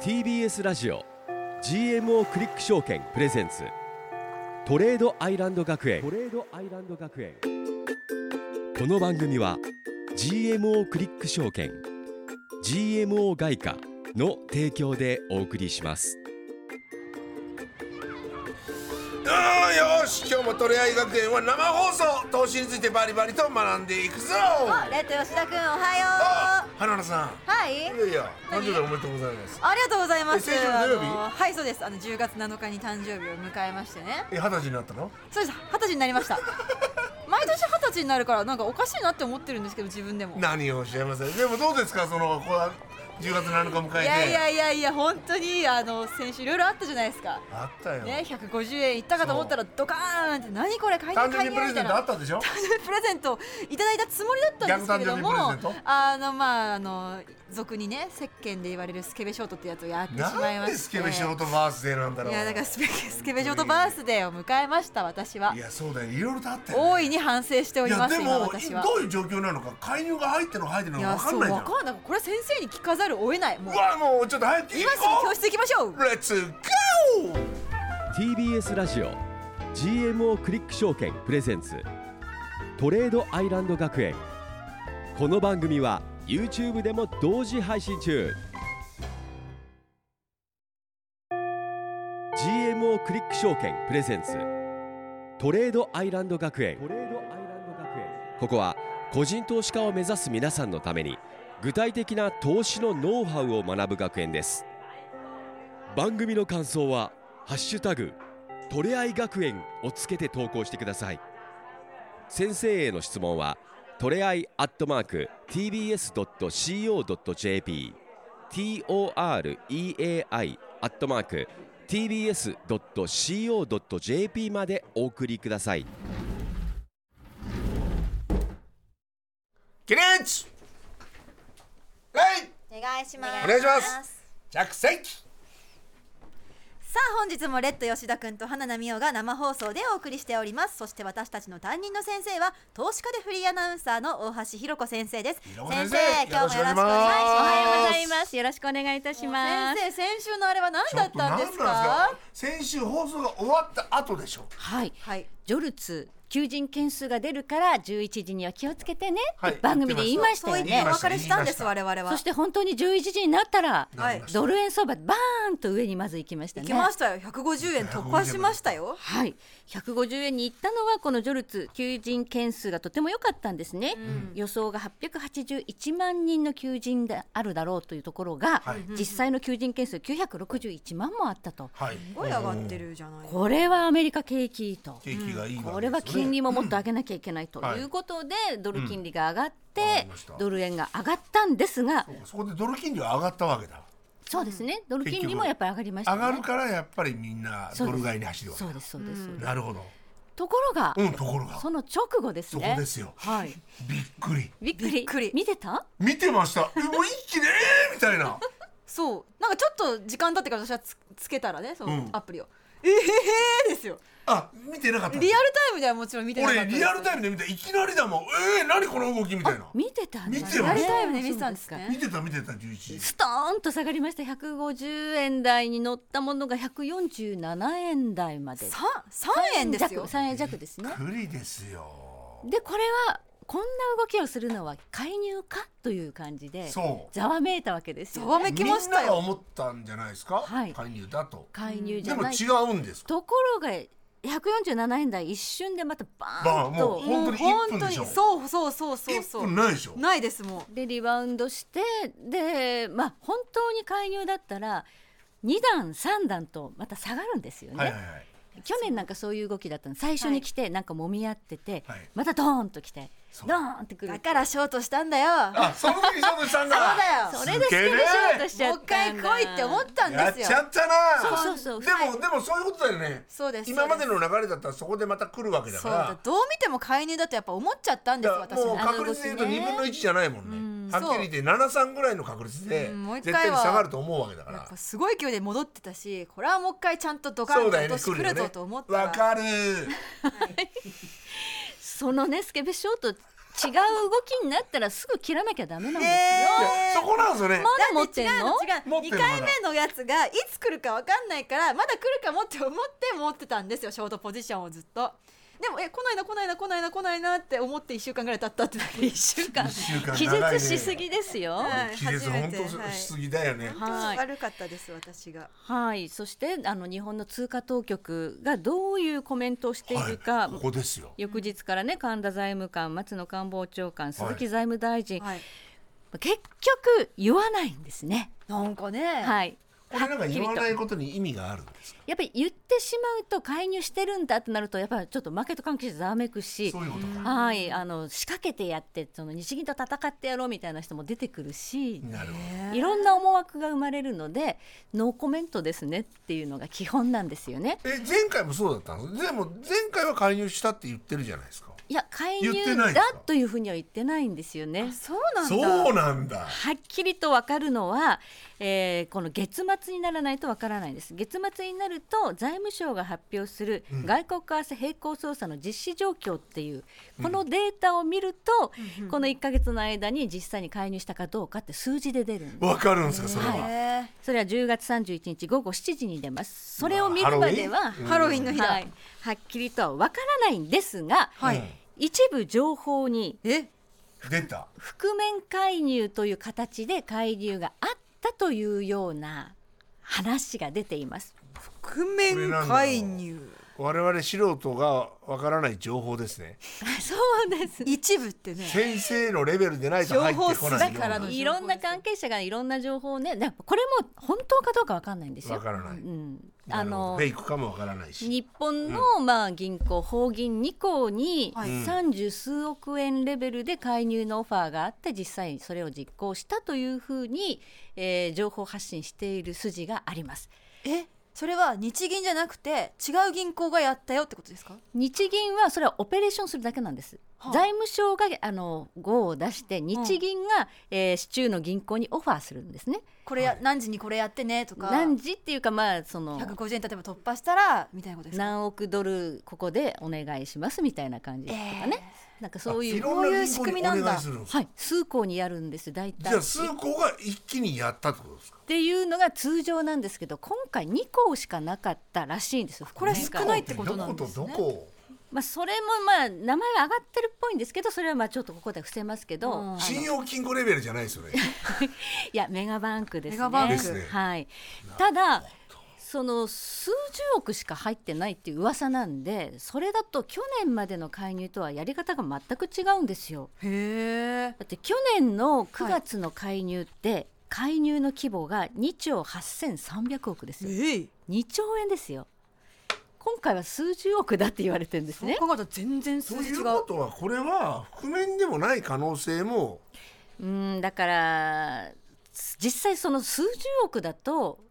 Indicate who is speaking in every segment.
Speaker 1: TBS ラジオ GMO クリック証券プレゼンツトレードアイランド学園トレードアイランド学園この番組は GMO クリック証券 GMO 外貨の提供でお送りします
Speaker 2: あーよし今日もとりあえず学園は生放送投資についてバリバリと学んでいくぞ
Speaker 3: あレッド吉田君おはよ
Speaker 2: あ花田さん
Speaker 3: うはい
Speaker 2: いやいや誕生日おめでとうございます
Speaker 3: ありがとうございます
Speaker 2: え先週の土曜日
Speaker 3: あのはいそうですあの10月7日に誕生日を迎えましてね
Speaker 2: え二十歳になったの
Speaker 3: そうです二十歳になりました 毎年二十歳になるからなんかおかしいなって思ってるんですけど自分でも
Speaker 2: 何をおっしゃいますでもどうですかそのこう10月7日迎えて
Speaker 3: いやいやいやいや本当にあの先週いろいろあったじゃないですか
Speaker 2: あったよ、
Speaker 3: ね150円いったかと思ったらドカーンって何これ買いた
Speaker 2: 誕
Speaker 3: い
Speaker 2: 生
Speaker 3: 買い
Speaker 2: 日
Speaker 3: た
Speaker 2: プレ
Speaker 3: い
Speaker 2: ゼ
Speaker 3: みた
Speaker 2: ン
Speaker 3: い
Speaker 2: トあ
Speaker 3: な
Speaker 2: ったでしょ
Speaker 3: プレゼントいただいたつもりだったんですけれども
Speaker 2: 逆誕生日プレゼン
Speaker 3: あのまああの俗にね石鹸で言われるスケベショートってやつをやってしまい
Speaker 2: な
Speaker 3: ま
Speaker 2: んで
Speaker 3: して
Speaker 2: スケベショートバースデーなんだろう
Speaker 3: い
Speaker 2: い
Speaker 3: やだからスペスケベショートバースデーを迎えました私はい
Speaker 2: やそうだよいろいろとあったよ、ね、
Speaker 3: 大いに反省してお
Speaker 2: い
Speaker 3: り
Speaker 2: や
Speaker 3: ます
Speaker 2: で
Speaker 3: 今
Speaker 2: も
Speaker 3: 私は
Speaker 2: どういう状況なのか介入が入ってるのか入ってる
Speaker 3: い
Speaker 2: のか
Speaker 3: や
Speaker 2: 分か
Speaker 3: そ
Speaker 2: ん
Speaker 3: う
Speaker 2: ないじ
Speaker 3: わ
Speaker 2: ゃん
Speaker 3: かんないこれ先生に聞かざるを得ないもう
Speaker 2: うわもうちょっと早く
Speaker 3: 今すぐ教室行きましょう
Speaker 2: レッツゴー
Speaker 1: TBS ラジオ GMO クリック証券プレゼンツトレードアイランド学園この番組は YouTube でも同時配信中 GMO クリック証券プレゼンツトレードアイランド学園ここは個人投資家を目指す皆さんのために具体的な投資のノウハウを学ぶ学園です番組の感想は「ハッシュタグトレアイ学園」をつけて投稿してください先生への質問はトレアイアットマーク TBS.CO.JP TOREAI アットマーク TBS.CO.JP までお送りください
Speaker 2: 起立はい
Speaker 3: お願いします
Speaker 2: お願いします着席
Speaker 3: さあ本日もレッド吉田君と花奈美桜が生放送でお送りしておりますそして私たちの担任の先生は投資家でフリーアナウンサーの大橋ひろ子先生です
Speaker 2: ろ子先生
Speaker 3: 今日もよろしくお願いします
Speaker 2: よろしくお
Speaker 4: おは
Speaker 2: 願
Speaker 4: よ
Speaker 2: し
Speaker 4: うございます。よろしくお願いいたします。
Speaker 3: 先生先週のあれは何だったんで
Speaker 2: ち
Speaker 3: す
Speaker 2: ょっと何なん
Speaker 3: か
Speaker 2: ですか先週放送が終わった後でしょ
Speaker 4: はい。
Speaker 3: はい
Speaker 4: ジョルツ求人件数が出るから11時には気をつけてねって
Speaker 2: はい
Speaker 4: 番組で言いまし
Speaker 3: そう
Speaker 4: た
Speaker 3: 言
Speaker 4: よ
Speaker 3: って
Speaker 4: ね
Speaker 3: お。別れしたんです
Speaker 2: 言いま
Speaker 3: 我々は
Speaker 4: そして本当に11時になったら
Speaker 3: はいなりま
Speaker 4: ドル円相場バーンと上にまず行きました
Speaker 3: 行
Speaker 4: ね。
Speaker 3: きましたよ150円突破しましたよ
Speaker 4: はい、150円に行ったのはこのジョルツ求人件数がとても良かったんですね、予想が881万人の求人であるだろうというところが、
Speaker 2: はい
Speaker 4: 実際の求人件数961万もあったと、
Speaker 2: はい
Speaker 3: すごい上がってるじゃない
Speaker 4: これはアメリカ景気いいと
Speaker 2: 景気がいいわけですよね
Speaker 4: これは金利ももっと上げなきゃいけないと
Speaker 2: はい
Speaker 4: いうことで、ドル金利が上がって
Speaker 2: わかりました、
Speaker 4: ドル円が上がったんですが、
Speaker 2: そこでドル金利は上がったわけだ
Speaker 4: そうですね、ドル金利もやっぱり上がりました、
Speaker 2: 上
Speaker 4: ね。
Speaker 2: がるからやっぱりみんな
Speaker 4: そう
Speaker 2: ド
Speaker 4: です
Speaker 2: ル買いに走るわけ
Speaker 4: そう
Speaker 2: だ
Speaker 4: です、そうです。そうです
Speaker 2: なるほど
Speaker 4: ところが、
Speaker 2: うんところが
Speaker 4: その直後です
Speaker 2: そ
Speaker 4: ね。
Speaker 2: こですよ
Speaker 4: はい。
Speaker 2: びっくり
Speaker 4: びっくり。
Speaker 3: びっくり
Speaker 4: 見てた
Speaker 2: 見てましたえもう一気にえーみたいな
Speaker 3: そうなんかちょっと時間経ってから私はつつけたらねその
Speaker 2: うん
Speaker 3: アプリを、ええへへですよ
Speaker 2: あ見てなかった
Speaker 3: リアルタイムではもちろん見てなかった
Speaker 2: 俺
Speaker 3: です
Speaker 2: リアルタイムで見たいきなりだもんえー、何この動きみたいな
Speaker 4: 見てたんだ
Speaker 2: 見てましたリアル
Speaker 3: タイムで見てたんですね
Speaker 2: 見てた見てた11時
Speaker 4: ストーンと下がりました。150円台に乗ったものが147円台まで。
Speaker 3: さ三円ですよ
Speaker 4: 弱3円弱ですね。
Speaker 2: 不利ですよ
Speaker 4: でこれはこんな動きをするのは介入かという感じで
Speaker 2: そう
Speaker 4: ざわめいたわけです
Speaker 3: ざ
Speaker 4: よ、
Speaker 3: わ
Speaker 4: ね、
Speaker 3: めきまし
Speaker 2: みんな
Speaker 3: た
Speaker 2: が
Speaker 3: よ
Speaker 2: 思ったんじゃないですか、
Speaker 4: はい
Speaker 2: 介入だと
Speaker 4: 介入じ
Speaker 2: で
Speaker 4: ゃ
Speaker 2: も
Speaker 4: ない
Speaker 2: 違うんですか
Speaker 4: ところが147円台一瞬でまたバ
Speaker 2: バー
Speaker 4: ー
Speaker 2: ン
Speaker 4: ン
Speaker 2: もう
Speaker 4: と
Speaker 2: 本当に1分でしょ
Speaker 3: そうそうそうそう
Speaker 2: 1
Speaker 3: そう
Speaker 2: 分ないでしょ
Speaker 3: ないですも
Speaker 4: でリバウンドしてでまあ本当に介入だったら2段3段とまた下がるんですよね、
Speaker 2: はいはいはい
Speaker 4: 去年なんかそういう動きだったの最初に来てなんか揉み合ってて、
Speaker 2: はい
Speaker 4: またドーンと来て
Speaker 2: そう
Speaker 4: ドーンとく
Speaker 3: う
Speaker 4: る
Speaker 3: だからショートしたんだよ
Speaker 2: あその時に佐藤さんが
Speaker 3: そうだよ
Speaker 4: それでスケベショートしちゃ
Speaker 3: もう
Speaker 4: っ
Speaker 3: 一
Speaker 4: た
Speaker 3: 回
Speaker 4: んだ
Speaker 3: 来いって思ったん
Speaker 2: やっ
Speaker 3: で
Speaker 2: ち
Speaker 3: すよ
Speaker 2: ゃったな
Speaker 4: そうそうそう
Speaker 2: でもでもそういうことだよね
Speaker 3: そうです
Speaker 2: 今までの流れだったらそこでまた来るわけだ
Speaker 3: そ
Speaker 2: か
Speaker 3: う
Speaker 2: ら
Speaker 3: だどう見ても介入だとやっぱ思っちゃったんです
Speaker 2: だ
Speaker 3: 私
Speaker 2: からもう
Speaker 3: も
Speaker 2: 確率で言うと
Speaker 4: あの動きね
Speaker 2: 2分の1じゃないもんねは
Speaker 3: うん
Speaker 2: っきり言って73ぐらいの確率で
Speaker 3: うんもう一
Speaker 2: 絶
Speaker 3: 回は
Speaker 2: 対に下がると思うわけだか
Speaker 3: やっ
Speaker 2: ら
Speaker 3: ぱすごい勢いで戻ってたしこれはもう一回ちゃんとドカ
Speaker 2: そ
Speaker 3: ン
Speaker 2: う
Speaker 3: と
Speaker 2: だよ
Speaker 3: 落
Speaker 2: ね
Speaker 3: として
Speaker 2: 来
Speaker 3: く
Speaker 2: るよ
Speaker 3: る
Speaker 2: ね
Speaker 3: ぞと思ったら
Speaker 2: わかる
Speaker 4: そのねスケベショート違う動きになったらすぐ切らなきゃダメなんですよ、
Speaker 5: え
Speaker 2: そこなんですよね
Speaker 4: まだ
Speaker 5: だ
Speaker 4: 持っ
Speaker 5: って
Speaker 4: て
Speaker 5: 違
Speaker 4: ん
Speaker 5: う
Speaker 4: の
Speaker 5: の違う
Speaker 2: 持って
Speaker 5: 二
Speaker 2: んの
Speaker 5: 回目のやつがいつ来るかわかんないからまだ来るかもって思って持ってたんですよショートポジションをずっとでもえ来ないな来ないな来ないな来ないなって思って一週間ぐらい経ったってだけ一 週間
Speaker 2: 一週間
Speaker 4: 気
Speaker 2: 長いね
Speaker 4: 絶しすぎですよ
Speaker 5: はい
Speaker 2: 気絶
Speaker 5: 初め
Speaker 2: 本
Speaker 5: て
Speaker 2: 当しすぎだよね、
Speaker 4: はい
Speaker 5: 悪かったです私が
Speaker 4: はいそしてあの日本の通貨当局がどういうコメントをしてい
Speaker 2: はい
Speaker 4: るか、
Speaker 2: ここですよ
Speaker 4: 翌日からね神田財務官松野官房長官鈴木財務大臣、
Speaker 5: はい
Speaker 4: 結局言わないんですね。
Speaker 5: なんかね
Speaker 4: はい
Speaker 2: これなんか言わな
Speaker 4: は
Speaker 2: い
Speaker 4: っきりと
Speaker 2: ことに意味があるんですか
Speaker 4: やっぱり言ってしまうと介入してるんだってなるとやっぱりちょっとマーケット関係者ざわめくし
Speaker 2: そういうことか、
Speaker 4: はいあの仕掛けてやってその日銀と戦ってやろうみたいな人も出てくるし、
Speaker 2: なるほ
Speaker 4: いろんな思惑が生まれるのでノーコメントですねっていうのが基本なんですよね。
Speaker 2: どえ前回もそうだったんですでも前回は介入したって言ってるじゃないですか
Speaker 4: いや介
Speaker 2: 言って
Speaker 4: 入
Speaker 2: ないんです
Speaker 4: だ
Speaker 2: か
Speaker 4: というふうには言ってないんですよね。
Speaker 5: そうなんだ
Speaker 2: そうなんだ
Speaker 4: はっきりと分かるのは、えーこの月末にならないと分からないです月末になると財務省が発表する外国為替並行操作の実施状況っていう、このデータを見ると、この1か月の間に実際に介入したかどうかって数字で出るんです
Speaker 2: わかるんですかそれは、
Speaker 5: へ
Speaker 4: それは10月31日午後7時に出ますそれを見るまでは
Speaker 5: ーハロウィンの日だ、
Speaker 4: はい、はっきりとは分からないんですが、
Speaker 5: はい
Speaker 4: 一部情報に
Speaker 5: え
Speaker 2: 出た
Speaker 4: 覆面介入という形で介入があったというような話が出ています。
Speaker 5: 覆面介入
Speaker 2: 我々素人がわからない情報ですね
Speaker 4: そうです。
Speaker 5: 一部ってね
Speaker 2: 先生のレベルでないと入ってこないよう
Speaker 5: 情報誌だから
Speaker 2: な
Speaker 5: の
Speaker 4: いろんな関係者がいろんな情報をね、でこれも本当かどうかわかんないんですよ。
Speaker 2: わからない、
Speaker 4: うん、
Speaker 2: な
Speaker 4: あ
Speaker 2: るほど
Speaker 4: の
Speaker 2: フェイクかもわからないし
Speaker 4: 日本のまあ銀行、法銀2行に
Speaker 5: はい
Speaker 4: 三十数億円レベルで介入のオファーがあって実際にそれを実行したというふうに、えー情報発信している筋があります。
Speaker 5: えそれは日銀じゃなくて違う銀行がやったよってことですか
Speaker 4: 日銀はそれはオペレーションするだけなんです、
Speaker 5: はあ
Speaker 4: 財務省があの号を出して日銀が、えー市中の銀行にオファーするんですね
Speaker 5: これや、何時にこれやってねとか
Speaker 4: 何時っていうかまあその
Speaker 5: 150円例えば突破したらみたいなことですか
Speaker 4: 何億ドルここでお願いしますみたいな感じとかね、なんかそういう
Speaker 2: ろんな銀行にお願いするんですか
Speaker 4: はい数項にやるんです大
Speaker 2: じ
Speaker 4: 体
Speaker 2: ゃあ
Speaker 4: っ
Speaker 2: 数校が一気にやったってことですか
Speaker 4: ていうのが通常なんですけど今回2項しかなかったらしいんですこ
Speaker 5: れ少ないってことなんですね
Speaker 2: どことどこ
Speaker 4: まあ、それもまあ名前は上がってるっぽいんですけどそれはまあちょっとここで伏せますけど、
Speaker 5: うん
Speaker 4: あの
Speaker 2: 信用金庫レベルじゃないですよ ね
Speaker 4: いやメガバンクです
Speaker 5: メ
Speaker 4: ね。
Speaker 5: ガバンク
Speaker 2: ですね
Speaker 4: はい。ただその数十億しか入ってないっていう噂なんで、それだと去年までの介入とはやり方が全く違うんですよ。
Speaker 5: へえ
Speaker 4: だって去年の9月の介入って、介入の規模が2兆8300億ですよ。
Speaker 5: えい
Speaker 4: 2兆円ですよ。今回は数十億だって言われてるんです
Speaker 5: そう
Speaker 4: ね。
Speaker 5: 考えたら全然
Speaker 2: と
Speaker 5: 数字
Speaker 2: い
Speaker 5: 違
Speaker 2: う
Speaker 5: う
Speaker 2: ことはこれは覆面でもない可能性も
Speaker 4: うんだから実際その数十億だと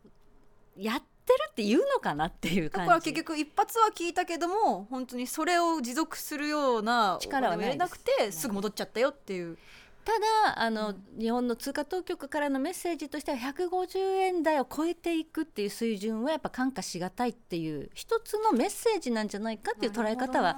Speaker 4: やってるって言うのかなっていう
Speaker 5: だ
Speaker 4: 感じ。
Speaker 5: から結局一発は聞いたけども本当にそれを持続するような
Speaker 4: 力はない
Speaker 5: お金を入れなくてすぐ戻っちゃったよっていう
Speaker 4: ただあの、日本の通貨当局からのメッセージとしては150円台を超えていくっていう水準はやっぱ看過しがたいっていう一つのメッセージなんじゃないかっていう捉え方は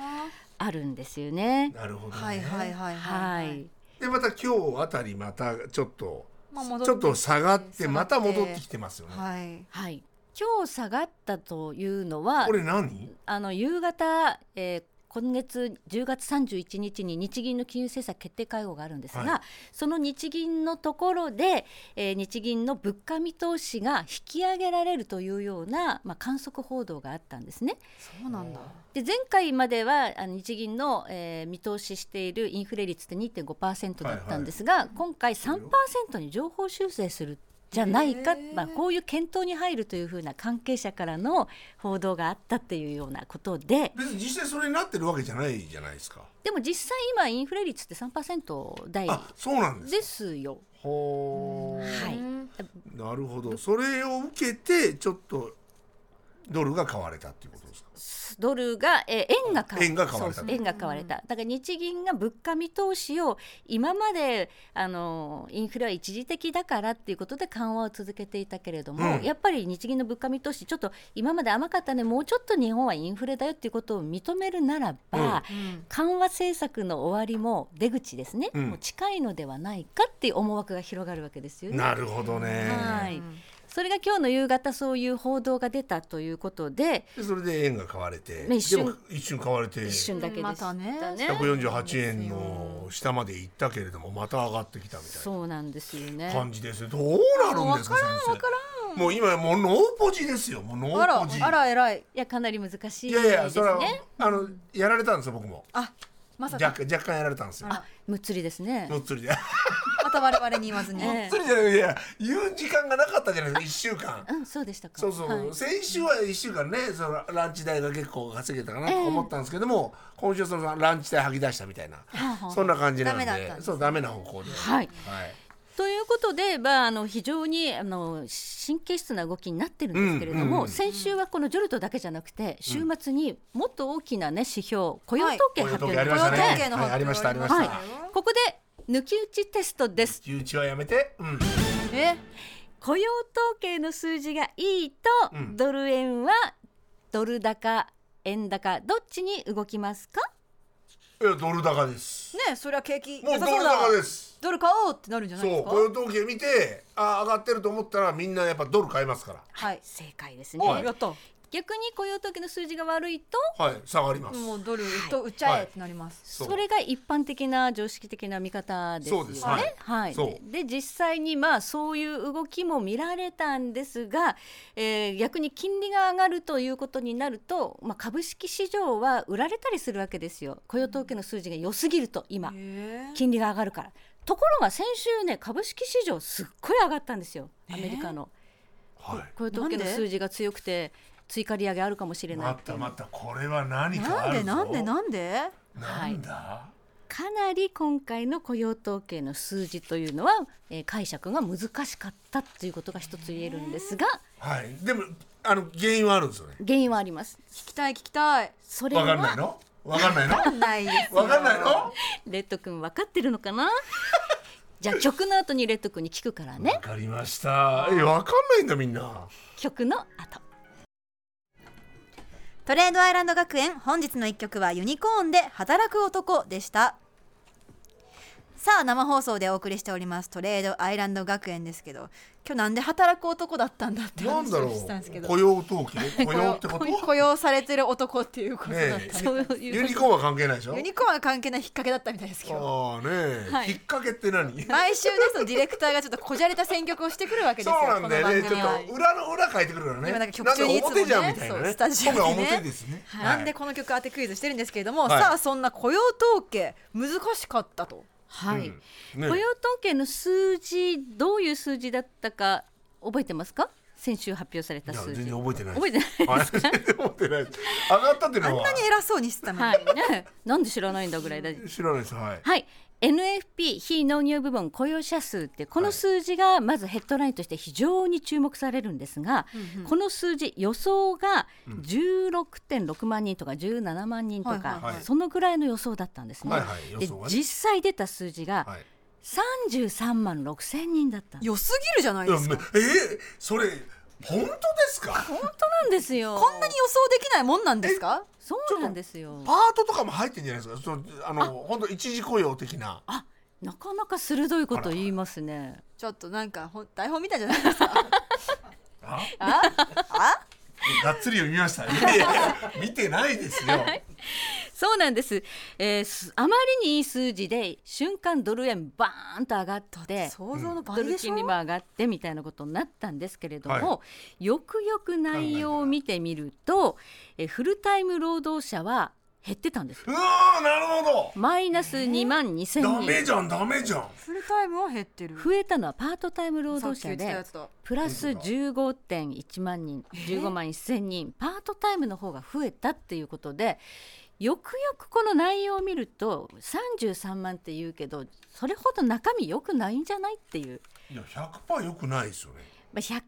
Speaker 4: あるんですよね。
Speaker 2: なるほど、ね
Speaker 5: はいはいはい
Speaker 4: はい、
Speaker 2: でまた今日あたりまたちょっと、
Speaker 5: まあ戻っ
Speaker 2: ちょっと下がっ
Speaker 5: 下がって
Speaker 2: てまた戻ってきてますよね、
Speaker 5: はい
Speaker 4: はい、今日下がったというのは
Speaker 2: これ何
Speaker 4: あの夕方、えー今月10月31日に日銀の金融政策決定会合があるんですが、
Speaker 2: はい
Speaker 4: その日銀のところで、えー日銀の物価見通しが引き上げられるというような、まあ、観測報道があったんですね。
Speaker 5: そうなんだ
Speaker 4: で前回まではあの日銀の、えー見通ししているインフレ率って2.5%だったんですが、今回3%に上方修正するじゃないか、
Speaker 5: へー
Speaker 4: まあ、こういう検討に入るというふうな関係者からの報道があったっていうようなことで
Speaker 2: 別に実際それになってるわけじゃないじゃないですか
Speaker 4: でも実際今インフレ率って3%台
Speaker 2: あそうなんです
Speaker 4: ですよ。
Speaker 2: ほー
Speaker 4: はい、
Speaker 2: なるほどそれを受けてちょっとドルが買われたっていうことですか
Speaker 4: ドルが、えー円が買われ
Speaker 2: 円が買われた
Speaker 4: そうそう円が買われただから日銀が物価見通しを今まであのインフレは一時的だからっていうことで緩和を続けていたけれども、
Speaker 2: うん
Speaker 4: やっぱり日銀の物価見通しちょっと今まで甘かったねもうちょっと日本はインフレだよっていうことを認めるならば、緩和政策の終わりも出口ですね、
Speaker 2: うん
Speaker 4: もう近いのではないかっていう思惑が広がるわけですよね。
Speaker 2: なるほどね。
Speaker 4: はい、それが今日の夕方そういう報道が出たということで
Speaker 2: でそれで円が買われて、
Speaker 4: ね一瞬
Speaker 2: でも一瞬買われて、
Speaker 4: 一瞬だけでしたね。
Speaker 5: またね
Speaker 2: 148円の下まで行ったけれどもまた上がってきたみたい
Speaker 4: そうなんですよ
Speaker 2: な
Speaker 4: ね。
Speaker 2: 感じですよ。どうなるんですか先生。もう今もうノーポジですよ。もうノ
Speaker 5: あ
Speaker 2: ー
Speaker 5: ら
Speaker 2: ポジ。
Speaker 5: あら偉い
Speaker 4: いやかなり難しい
Speaker 2: い
Speaker 4: で
Speaker 2: や
Speaker 4: す
Speaker 2: い
Speaker 4: ね。
Speaker 2: やそれはあのやられたんですよ僕も。
Speaker 5: あまさか
Speaker 2: 若干若干やられたんですよ。
Speaker 4: あむっつりですね。
Speaker 2: のっつりで。
Speaker 5: また我々に言わずに、
Speaker 4: ええ
Speaker 2: それじゃないいや言う時間がなかったじゃないですか1週間
Speaker 4: うんそうでしたか。
Speaker 2: そうそう、
Speaker 4: はい
Speaker 2: 先週は1週間ねそのランチ代が結構稼げたかなと思ったんですけども、今週はそのランチ代吐き出したみたいな、そんな感じなんで
Speaker 5: ダメだったんです
Speaker 2: そうダメな方向で
Speaker 4: はい
Speaker 2: はい
Speaker 4: ということで、まあ、あの非常にあの神経質な動きになってるんですけれども、先週はこのジョルトだけじゃなくて週末にもっと大きな、ね、指標雇用統計
Speaker 2: こういう時
Speaker 4: 発表
Speaker 2: ありましたね
Speaker 5: 雇用統計の発表
Speaker 2: はい、ありましたありました、
Speaker 4: はい
Speaker 2: は、
Speaker 4: ここで抜き打ちテストです。
Speaker 2: い、誘致はやめてうん
Speaker 5: え
Speaker 4: 雇用統計の数字がいいと、
Speaker 2: うん
Speaker 4: ドル円はドル高円高どっちに動きますか
Speaker 2: いやドル高です
Speaker 5: ねそりゃ景気
Speaker 2: もう
Speaker 5: 良
Speaker 2: ド
Speaker 5: さ
Speaker 2: ル
Speaker 5: そうだ
Speaker 2: 高です
Speaker 5: ドル買おうってなるんじゃないで
Speaker 2: そ
Speaker 5: す
Speaker 2: う
Speaker 5: か
Speaker 2: 雇用統計見てあ上がってると思ったらみんなやっぱドル買いますか
Speaker 5: はい
Speaker 4: 正解です
Speaker 5: お
Speaker 4: ね
Speaker 5: やったも
Speaker 4: 逆に雇用統計の数字が悪いと
Speaker 2: らはい下がります
Speaker 5: うドルと売っちゃえってなります、
Speaker 2: そう
Speaker 4: それが一般的な常識的な見方ですよ
Speaker 2: そう
Speaker 4: ね
Speaker 2: ですはい
Speaker 4: はい
Speaker 2: そう
Speaker 4: でで実際にまあそういう動きも見られたんですが、えー逆に金利が上がるということになると、まあ、株式市場は売られたりするわけですよ雇用統計の数字が良すぎると今。
Speaker 5: へえ
Speaker 4: 金利が上がるから。ところが先週ね株式市場すっごい上がったんですよアメリカの、
Speaker 2: はい
Speaker 4: 雇用統計の
Speaker 5: なんで
Speaker 4: 数字が強くて追加利上げあるかもしれない
Speaker 2: ま
Speaker 4: ってい
Speaker 2: た
Speaker 4: う
Speaker 2: またこれは何か
Speaker 5: なん
Speaker 2: ある
Speaker 5: で
Speaker 2: ぞ
Speaker 5: なんでなんで
Speaker 2: なんだ、
Speaker 4: かなり今回の雇用統計の数字というのは、えー解釈が難しかったということが一つ言えるんですが
Speaker 2: はい、でもあの原因はあるんですよね。
Speaker 4: 原因はあります
Speaker 5: 聞きたい聞きたい
Speaker 4: それ
Speaker 2: わかんない
Speaker 4: は
Speaker 2: の？わかんないの？
Speaker 5: わかんないですよ
Speaker 2: わかんないの？
Speaker 4: レッド君分かってるのか なじゃあ曲の後にレッド君に聞くからね
Speaker 2: わかりました。え、わかんないんだみんな。
Speaker 4: 曲の後
Speaker 5: トレードアイランド学園本日の一曲はユニコーンで働く男でしたさあ生放送でお送りしておりますトレードアイランド学園ですけど今日なんで働く男だったんだって
Speaker 2: なん
Speaker 5: 話
Speaker 2: だろ
Speaker 5: をしたんですけ
Speaker 2: う。
Speaker 5: ど
Speaker 2: 雇用統 計、雇用ってこと？ね
Speaker 5: 雇雇用されてる男っていうことだったんで
Speaker 2: え
Speaker 5: す、
Speaker 4: そういう
Speaker 2: ユニコーンは関係ないでしょ
Speaker 5: ユ？ニコーンは関係ない引っ掛けだったみたいですけど
Speaker 2: ああねえ、
Speaker 4: はい
Speaker 2: きっかけって何？
Speaker 5: 毎週ですとディレクターがちょっとこじゃれた選曲をしてくるわけです
Speaker 2: そ
Speaker 5: よ
Speaker 2: うなんだよね。ち
Speaker 5: こ
Speaker 2: ょ
Speaker 5: の番組は
Speaker 2: っと裏の裏書いてくるからね。
Speaker 5: 今なんか曲中にいつもね
Speaker 2: なんか表じゃんみたいな
Speaker 5: そ
Speaker 2: ね。
Speaker 5: うスタジオにね
Speaker 2: 今回表ですね。
Speaker 5: なんでこの曲当てクイズしてるんですけれども、
Speaker 2: はい
Speaker 5: さあそんな雇用統計難しかったと
Speaker 4: はい、
Speaker 2: ね
Speaker 4: 雇用統計の数字どういう数字だったか覚えてますか先週発表された
Speaker 2: いや
Speaker 4: 数
Speaker 2: 全
Speaker 4: 字
Speaker 2: 然覚えてないです。
Speaker 4: 覚えてない
Speaker 2: はい 全然覚えてないです。上がったっていうのは
Speaker 5: 何偉そうにしてたのに、
Speaker 4: はい ねなんで知らないんだぐらいだ
Speaker 2: 知らないです。はい。
Speaker 4: はい NFP 非農業部門雇用者数ってこの数字がまずヘッドラインとして非常に注目されるんですが、この数字予想が16.6万人とか17万人とか、
Speaker 5: はい
Speaker 2: はいはい
Speaker 4: そのぐらいの予想だったんですね。
Speaker 2: はいはい
Speaker 4: で
Speaker 2: 予想はね
Speaker 4: 実際出た数字が
Speaker 2: はい。
Speaker 4: 33万6千人だったんです
Speaker 5: 良すぎるじゃない
Speaker 2: い
Speaker 5: で
Speaker 2: や
Speaker 5: す
Speaker 2: め
Speaker 5: か
Speaker 2: えーそれ本当ですか
Speaker 4: 本当なんですよ
Speaker 5: こんなに予想できないもんなんですか
Speaker 4: そうなんですよ
Speaker 2: パートとかも入ってんじゃないですかそのあの本当一時雇用的な
Speaker 4: あなかなか鋭いこと言いますね
Speaker 5: ちょっとなんかほん台本みたいじゃないですか
Speaker 2: あ
Speaker 5: ああ
Speaker 2: がっつり読みま したいやいやいや見てないですよ
Speaker 4: そうなんです,、えーすあまりにいい数字で瞬間ドル円バーンと上がって
Speaker 5: 想像の
Speaker 4: ド
Speaker 5: 倍
Speaker 4: ル
Speaker 5: でし
Speaker 4: 金
Speaker 5: ょ、
Speaker 4: 利も上がってみたいなことになったんですけれども、
Speaker 2: は
Speaker 4: よくよく内容を見てみると、えーフルタイム労働者は減ってたんです
Speaker 2: うわーなるほ
Speaker 4: マイナス2万2千
Speaker 2: どダ
Speaker 4: 人
Speaker 2: メじゃんダメじゃん
Speaker 5: フルタイムは減ってる
Speaker 4: 増えたのはパートタイム労
Speaker 5: さっき言っ
Speaker 4: 働者
Speaker 5: てた
Speaker 4: で
Speaker 5: やつと
Speaker 4: プラス15.1万人15万1000人パートタイムの方が増えたっていうことでよくよくこの内容を見ると33万って言うけどそれほど中身良くないんじゃないっていう、
Speaker 2: いや100%良くないですよね
Speaker 4: まあ、100%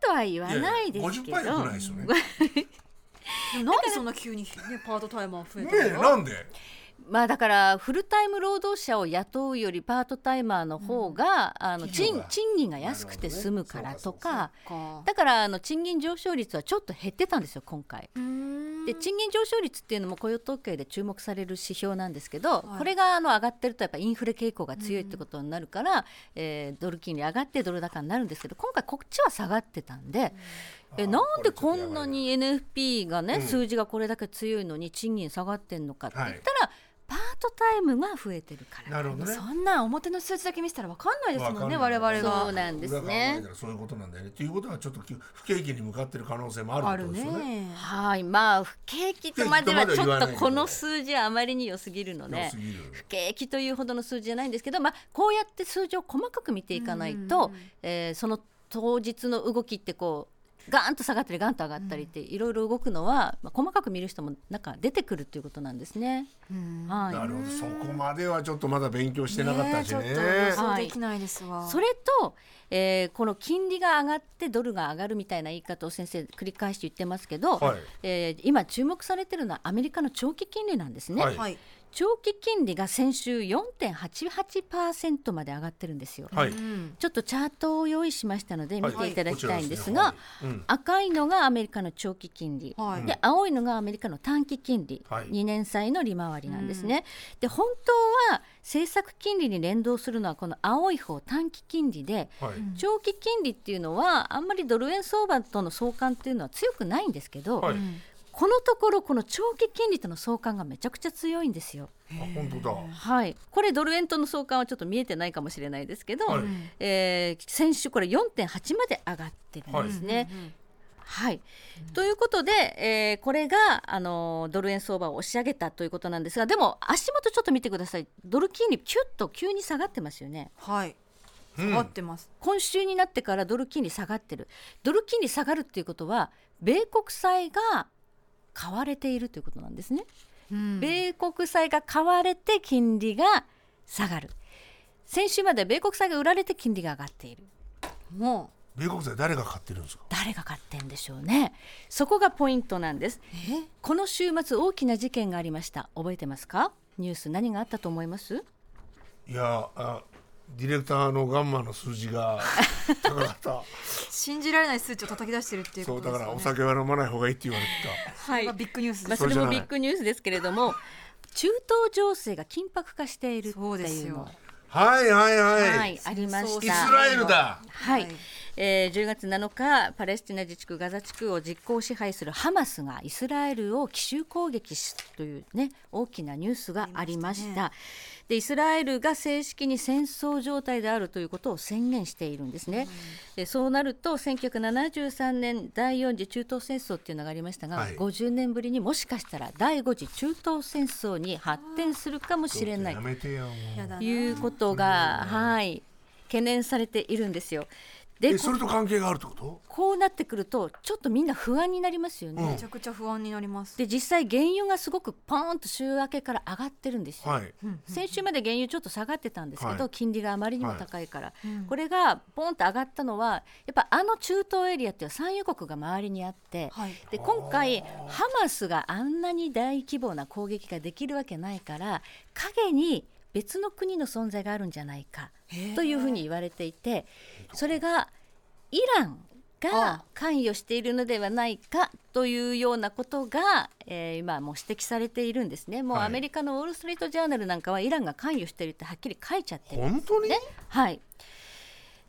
Speaker 4: とは言わないですけど
Speaker 2: やや50%良くないですよね
Speaker 5: でもなんでそんな急に、ね、パートタイマー増え
Speaker 2: ね
Speaker 5: たの
Speaker 2: えなんで
Speaker 4: まあだからフルタイム労働者を雇うよりパートタイマーの方が、あの
Speaker 2: 企業
Speaker 4: 賃
Speaker 2: が
Speaker 4: 賃金が安くて済むからとか、
Speaker 5: か
Speaker 4: だからあの賃金上昇率はちょっと減ってたんですよ今回。
Speaker 5: うーん
Speaker 4: で賃金上昇率っていうのも雇用統計で注目される指標なんですけど、
Speaker 5: はい
Speaker 4: これがあの上がってるとやっぱインフレ傾向が強いってことになるから、えードル金利上がってドル高になるんですけど今回こっちは下がってたんで、え
Speaker 2: あー
Speaker 4: なんで
Speaker 2: こ
Speaker 4: こ
Speaker 2: れちょっとやばいなん
Speaker 4: なに NFP がね、
Speaker 2: うん
Speaker 4: 数字がこれだけ強いのに賃金下がってんのかって言ったら、パートタイムが増えてるから
Speaker 2: なるほどね
Speaker 5: そんな表の数字だけ見せたらわかんないですもんね
Speaker 2: わ
Speaker 5: 我
Speaker 2: かんない
Speaker 5: 々
Speaker 4: そ
Speaker 5: が
Speaker 4: うなんです
Speaker 2: 裏考え
Speaker 4: ね
Speaker 2: た。らそういうことなんだよねということはちょっとき不景気に向かってる可能性もあ
Speaker 5: あ
Speaker 2: るって
Speaker 5: る
Speaker 2: ことですよね
Speaker 5: ね
Speaker 4: はいまあ不景気とまでは
Speaker 2: 不景気
Speaker 4: ち
Speaker 2: とまでは言
Speaker 4: ょ
Speaker 2: わ
Speaker 4: っ
Speaker 2: ない
Speaker 4: と
Speaker 2: けど
Speaker 4: この数字はあまりに良すぎるので、
Speaker 2: 良すぎる
Speaker 4: 不景気というほどの数字じゃないんですけど、まあ、こうやって数字を細かく見ていかないと、
Speaker 5: うんうんうん
Speaker 4: えーその当日の動きってこうガーンと下がったりガーンと上がったりっていろいろ動くのは、まあ、細かく見る人もなんか出てくるということなんですね。
Speaker 5: うん
Speaker 4: はい
Speaker 2: なるほどそこまではちょっとまだ勉強してなかったしね
Speaker 5: えちょっと予想できないですわ、
Speaker 4: それと、えーこの金利が上がってドルが上がるみたいな言い方を先生繰り返して言ってますけど、
Speaker 2: はい
Speaker 4: えー今注目されてるのはアメリカの長期金利なんですね、
Speaker 2: はい
Speaker 5: はい、
Speaker 4: 長期金利が先週4.88%まで上がってるんですよ、
Speaker 2: はいう
Speaker 5: ん
Speaker 4: ちょっとチャートを用意しましたので見ていただきたいんですが、
Speaker 2: はいうん
Speaker 4: 赤いのがアメリカの長期金利、
Speaker 5: はい
Speaker 4: で青いのがアメリカの短期金利、
Speaker 2: はい
Speaker 4: 2年債の利回りなんですね。で本当は政策金利に連動するのはこの青い方短期金利で
Speaker 2: はい
Speaker 4: 長期金利っていうのはあんまりドル円相場との相関っていうのは強くないんですけど、
Speaker 2: はい
Speaker 4: このところこの長期金利との相関がめちゃくちゃ強いんですよ。
Speaker 2: あ本当だ
Speaker 4: はい、これドル円との相関はちょっと見えてないかもしれないですけど、
Speaker 2: はい
Speaker 4: えー先週これ4.8まで上がってるんですね。はいということで、えーこれが、あのードル円相場を押し上げたということなんですがでも足元ちょっと見てくださいドル金利キュッと急に下がってますよね。
Speaker 5: はい
Speaker 2: うん
Speaker 5: 合ってます、
Speaker 4: 今週になってからドル金利下がってるドル金利下がるっていうことは米国債が買われているということなんですね。
Speaker 5: うん
Speaker 4: 米国債が買われて金利が下がる先週まで米国債が売られて金利が上がっている
Speaker 5: も
Speaker 2: 米国債誰が買ってるんですか
Speaker 4: 誰が買ってんでしょうねそこがポイントなんです
Speaker 5: うえ
Speaker 4: この週末大きな事件がありました覚えてますかニュース何があったと思います
Speaker 2: いやあディレクターのガンマの数字 が高かった
Speaker 5: 信じられない数値を叩き出してるっていう
Speaker 2: そ
Speaker 5: こ
Speaker 2: う
Speaker 5: と
Speaker 2: だか
Speaker 5: です
Speaker 2: ら
Speaker 5: よ
Speaker 2: お
Speaker 5: ね
Speaker 2: 酒は飲まない方がいいって言われ
Speaker 4: は
Speaker 5: まあビッグニュース
Speaker 4: ま
Speaker 5: で
Speaker 4: あ、
Speaker 5: す
Speaker 4: それもビッグニュースですけれども中東情勢が緊迫化しているって
Speaker 5: そうで
Speaker 4: い
Speaker 5: す
Speaker 4: うの
Speaker 5: よ
Speaker 4: は
Speaker 2: たはいはいはい、
Speaker 4: いありました
Speaker 2: イスラエルだ
Speaker 4: はい、
Speaker 5: はい
Speaker 4: えー10月7日パレスチナ自治区ガザ地区を実効支配するハマスがイスラエルを奇襲攻撃するという、ね、大きなニュースがありましたでイスラエルが正式に戦争状態であるということを宣言しているんですね、でそうなると1973年第4次中東戦争っていうのがありましたが、
Speaker 2: はい
Speaker 4: 50年ぶりにもしかしたら第5次中東戦争に発展するかもしれない
Speaker 2: やめてよもう
Speaker 5: やだな
Speaker 4: いうことが、はい、懸念されているんですよ。で
Speaker 2: えそれと関係があるってこと
Speaker 4: こうなってくるとちょっとみんな不安になりますよね。
Speaker 2: うん
Speaker 5: めちゃくちゃ不安になります
Speaker 4: で実際原油がすごくポーンと週明けから上がってるんですよ。
Speaker 2: はい
Speaker 4: 先週まで原油ちょっと下がってたんですけど、
Speaker 2: はい
Speaker 4: 金利があまりにも高いから、
Speaker 5: うん
Speaker 4: これがポンと上がったのはやっぱあの中東エリアっていうのは産油国が周りにあって、
Speaker 5: はい
Speaker 4: で今回ハマスがあんなに大規模な攻撃ができるわけないから陰に別の国の存在があるんじゃないか
Speaker 5: へえ
Speaker 4: というふうに言われていてそれがイラン
Speaker 5: あ
Speaker 4: が関与しているのではないかというようなことが、えー今もう指摘されているんですねもう
Speaker 2: はい
Speaker 4: アメリカのウォール・ストリート・ジャーナルなんかはイランが関与しているってはっきり書いちゃってる
Speaker 2: 本当に、
Speaker 4: はい。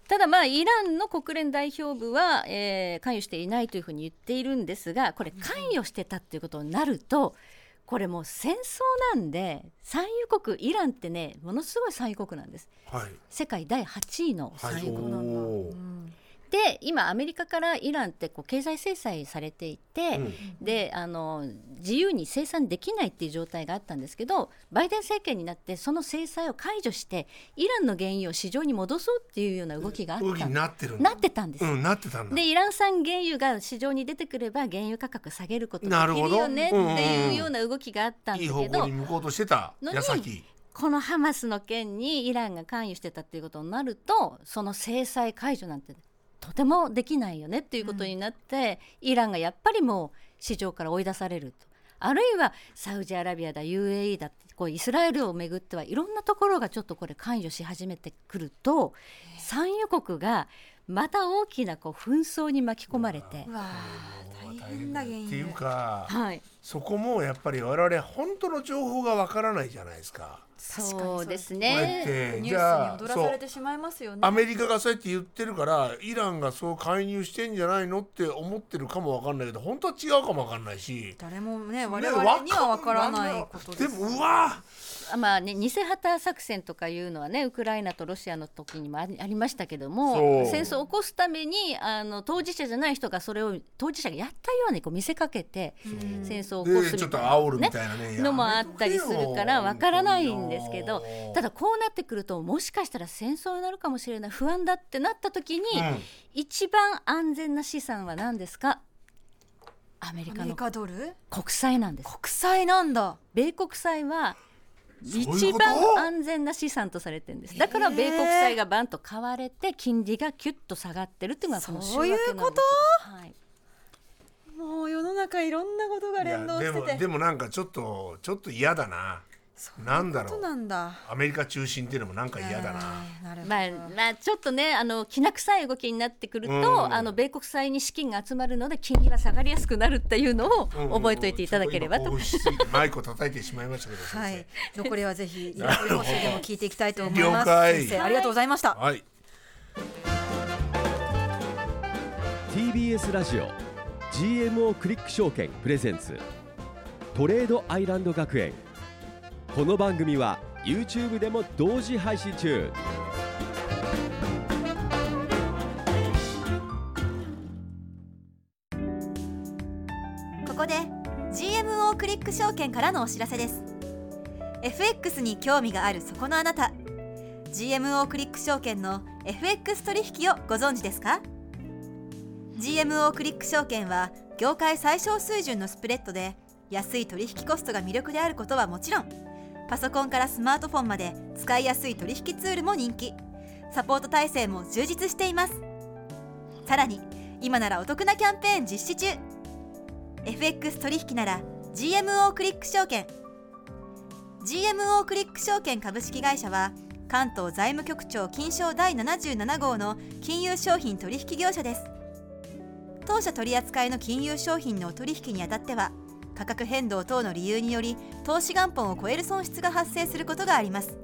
Speaker 4: ただまあイランの国連代表部は、えー関与していないというふうに言っているんですがこれ関与してたっていうことになるとこれもう戦争なんで産油国イランってねものすごい産油国なんです
Speaker 2: はい
Speaker 4: 世界第8位の産
Speaker 2: は
Speaker 4: 油
Speaker 2: い
Speaker 4: 国、
Speaker 2: おー
Speaker 4: で今アメリカからイランってこう経済制裁されていて、
Speaker 2: うん
Speaker 4: であの自由に生産できないっていう状態があったんですけどバイデン政権になってその制裁を解除してイランの原油を市場に戻そうっていうような動きがあった
Speaker 2: 動きになってるん
Speaker 4: な
Speaker 2: だ
Speaker 4: ってたんです
Speaker 2: う
Speaker 4: よ。
Speaker 2: んなってたんだ
Speaker 4: でイラン産原油が市場に出てくれば原油価格下げることが
Speaker 2: なる
Speaker 4: でき
Speaker 2: ほど
Speaker 4: るよねって
Speaker 2: うんう
Speaker 4: い
Speaker 2: ん
Speaker 4: うような動きがあったんだ
Speaker 2: いい
Speaker 4: け
Speaker 2: 方
Speaker 4: ど
Speaker 2: 向に向こうとしてた
Speaker 4: のに
Speaker 2: 矢先
Speaker 4: このハマスの件にイランが関与してたっていうことになるとその制裁解除なんてとてもできないよねっていうことになって、イランがやっぱりもう市場から追い出されると。あるいはサウジアラビアだ UAE だってこうイスラエルをめぐってはいろんなところがちょっとこれ関与し始めてくると産油国がまた大きなこう紛争に巻き込まれて
Speaker 5: う、わー大変だ原
Speaker 2: っていう
Speaker 5: 因
Speaker 2: か、
Speaker 4: はい、
Speaker 2: そこもやっぱり我々本当の情報がわからないじゃないですか。
Speaker 5: 確かに
Speaker 4: そうです
Speaker 2: こうやっ
Speaker 4: ね。
Speaker 2: て
Speaker 5: ニ
Speaker 2: じ
Speaker 5: ュ
Speaker 2: ゃ
Speaker 5: ー
Speaker 2: あ
Speaker 5: スに踊らされてしまいますよね
Speaker 2: アメリカがそうやって言ってるからイランがそう介入してんじゃないのって思ってるかもわかんないけど本当は違うかもわかんないし。
Speaker 5: 誰もね
Speaker 2: ね
Speaker 5: 我々にはわからないこと
Speaker 2: で
Speaker 5: です
Speaker 2: もうわ
Speaker 4: あまあね、偽旗作戦とかいうのはねウクライナとロシアの時にもありありましたけども
Speaker 2: そう
Speaker 4: 戦争を起こすためにあの当事者じゃない人がそれを当事者がやったようにこう見せかけて
Speaker 5: うん
Speaker 4: 戦争を起こ
Speaker 2: で
Speaker 4: すみ
Speaker 2: ちょったと
Speaker 4: い
Speaker 2: 煽るみ
Speaker 4: な、
Speaker 2: たいなね
Speaker 4: のもあったりするからわからないんですけどた
Speaker 2: だ、
Speaker 4: だこうなってくるともしかしたら戦争になるかもしれない不安だってなった時に、
Speaker 2: うん
Speaker 4: 一番安全な資産は何ですかアメリ
Speaker 5: ア
Speaker 4: カ
Speaker 5: メリ
Speaker 4: の
Speaker 5: カドル
Speaker 4: 国債なんです。
Speaker 5: 国債なんだ
Speaker 4: 米国債は
Speaker 2: ういうこと
Speaker 4: 一番安全な資産とされてるんですだから米国債がバンと買われて金利がキュッと下がってるっていうのがこの週明けなんです
Speaker 5: そういうこと
Speaker 4: はい、
Speaker 5: もう世の中いろんなことが
Speaker 2: いや
Speaker 5: 連動して
Speaker 2: でもで
Speaker 5: て
Speaker 2: もなんかちょっとちょっと嫌だな
Speaker 5: そう
Speaker 2: なんだ
Speaker 5: こ
Speaker 2: ろ
Speaker 5: と
Speaker 2: う
Speaker 5: なんだ
Speaker 2: アメリカ中心っていうのもなんか嫌だな。
Speaker 5: えーなるほど
Speaker 4: まあ、まあ、ちょっとねあのきな臭い動きになってくると、
Speaker 2: うん
Speaker 4: あの米国債に資金が集まるので金利は下がりやすくなるっていうのを覚えておいていただければ
Speaker 2: う
Speaker 4: と、
Speaker 2: んうんうんちょっと今興奮しすぎてマイクを叩いてしまいましたけど。
Speaker 5: は
Speaker 2: 先
Speaker 5: い残りはぜ ひ今週でも聞いていきたいと思い
Speaker 2: 了
Speaker 5: ます
Speaker 2: 解
Speaker 5: 先生ありがとうございました
Speaker 2: 生はい。
Speaker 1: TBS ラジオ GMO クリック証券プレゼンツトレードアイランド学園この番組は YouTube でも同時配信中
Speaker 5: ここで GMO クリック証券からのお知らせです FX に興味があるそこのあなた GMO クリック証券の FX 取引をご存知ですか GMO クリック証券は業界最小水準のスプレッドで安い取引コストが魅力であることはもちろんパソコンからスマートフォンまで使いやすい取引ツールも人気サポート体制も充実していますさらに今ならお得なキャンペーン実施中 FX 取引なら GMO クリック証券 GMO クリック証券株式会社は関東財務局長金賞第77号の金融商品取引業者です当社取扱いの金融商品のお取引にあたっては価格変動等の理由により投資元本を超える損失が発生することがあります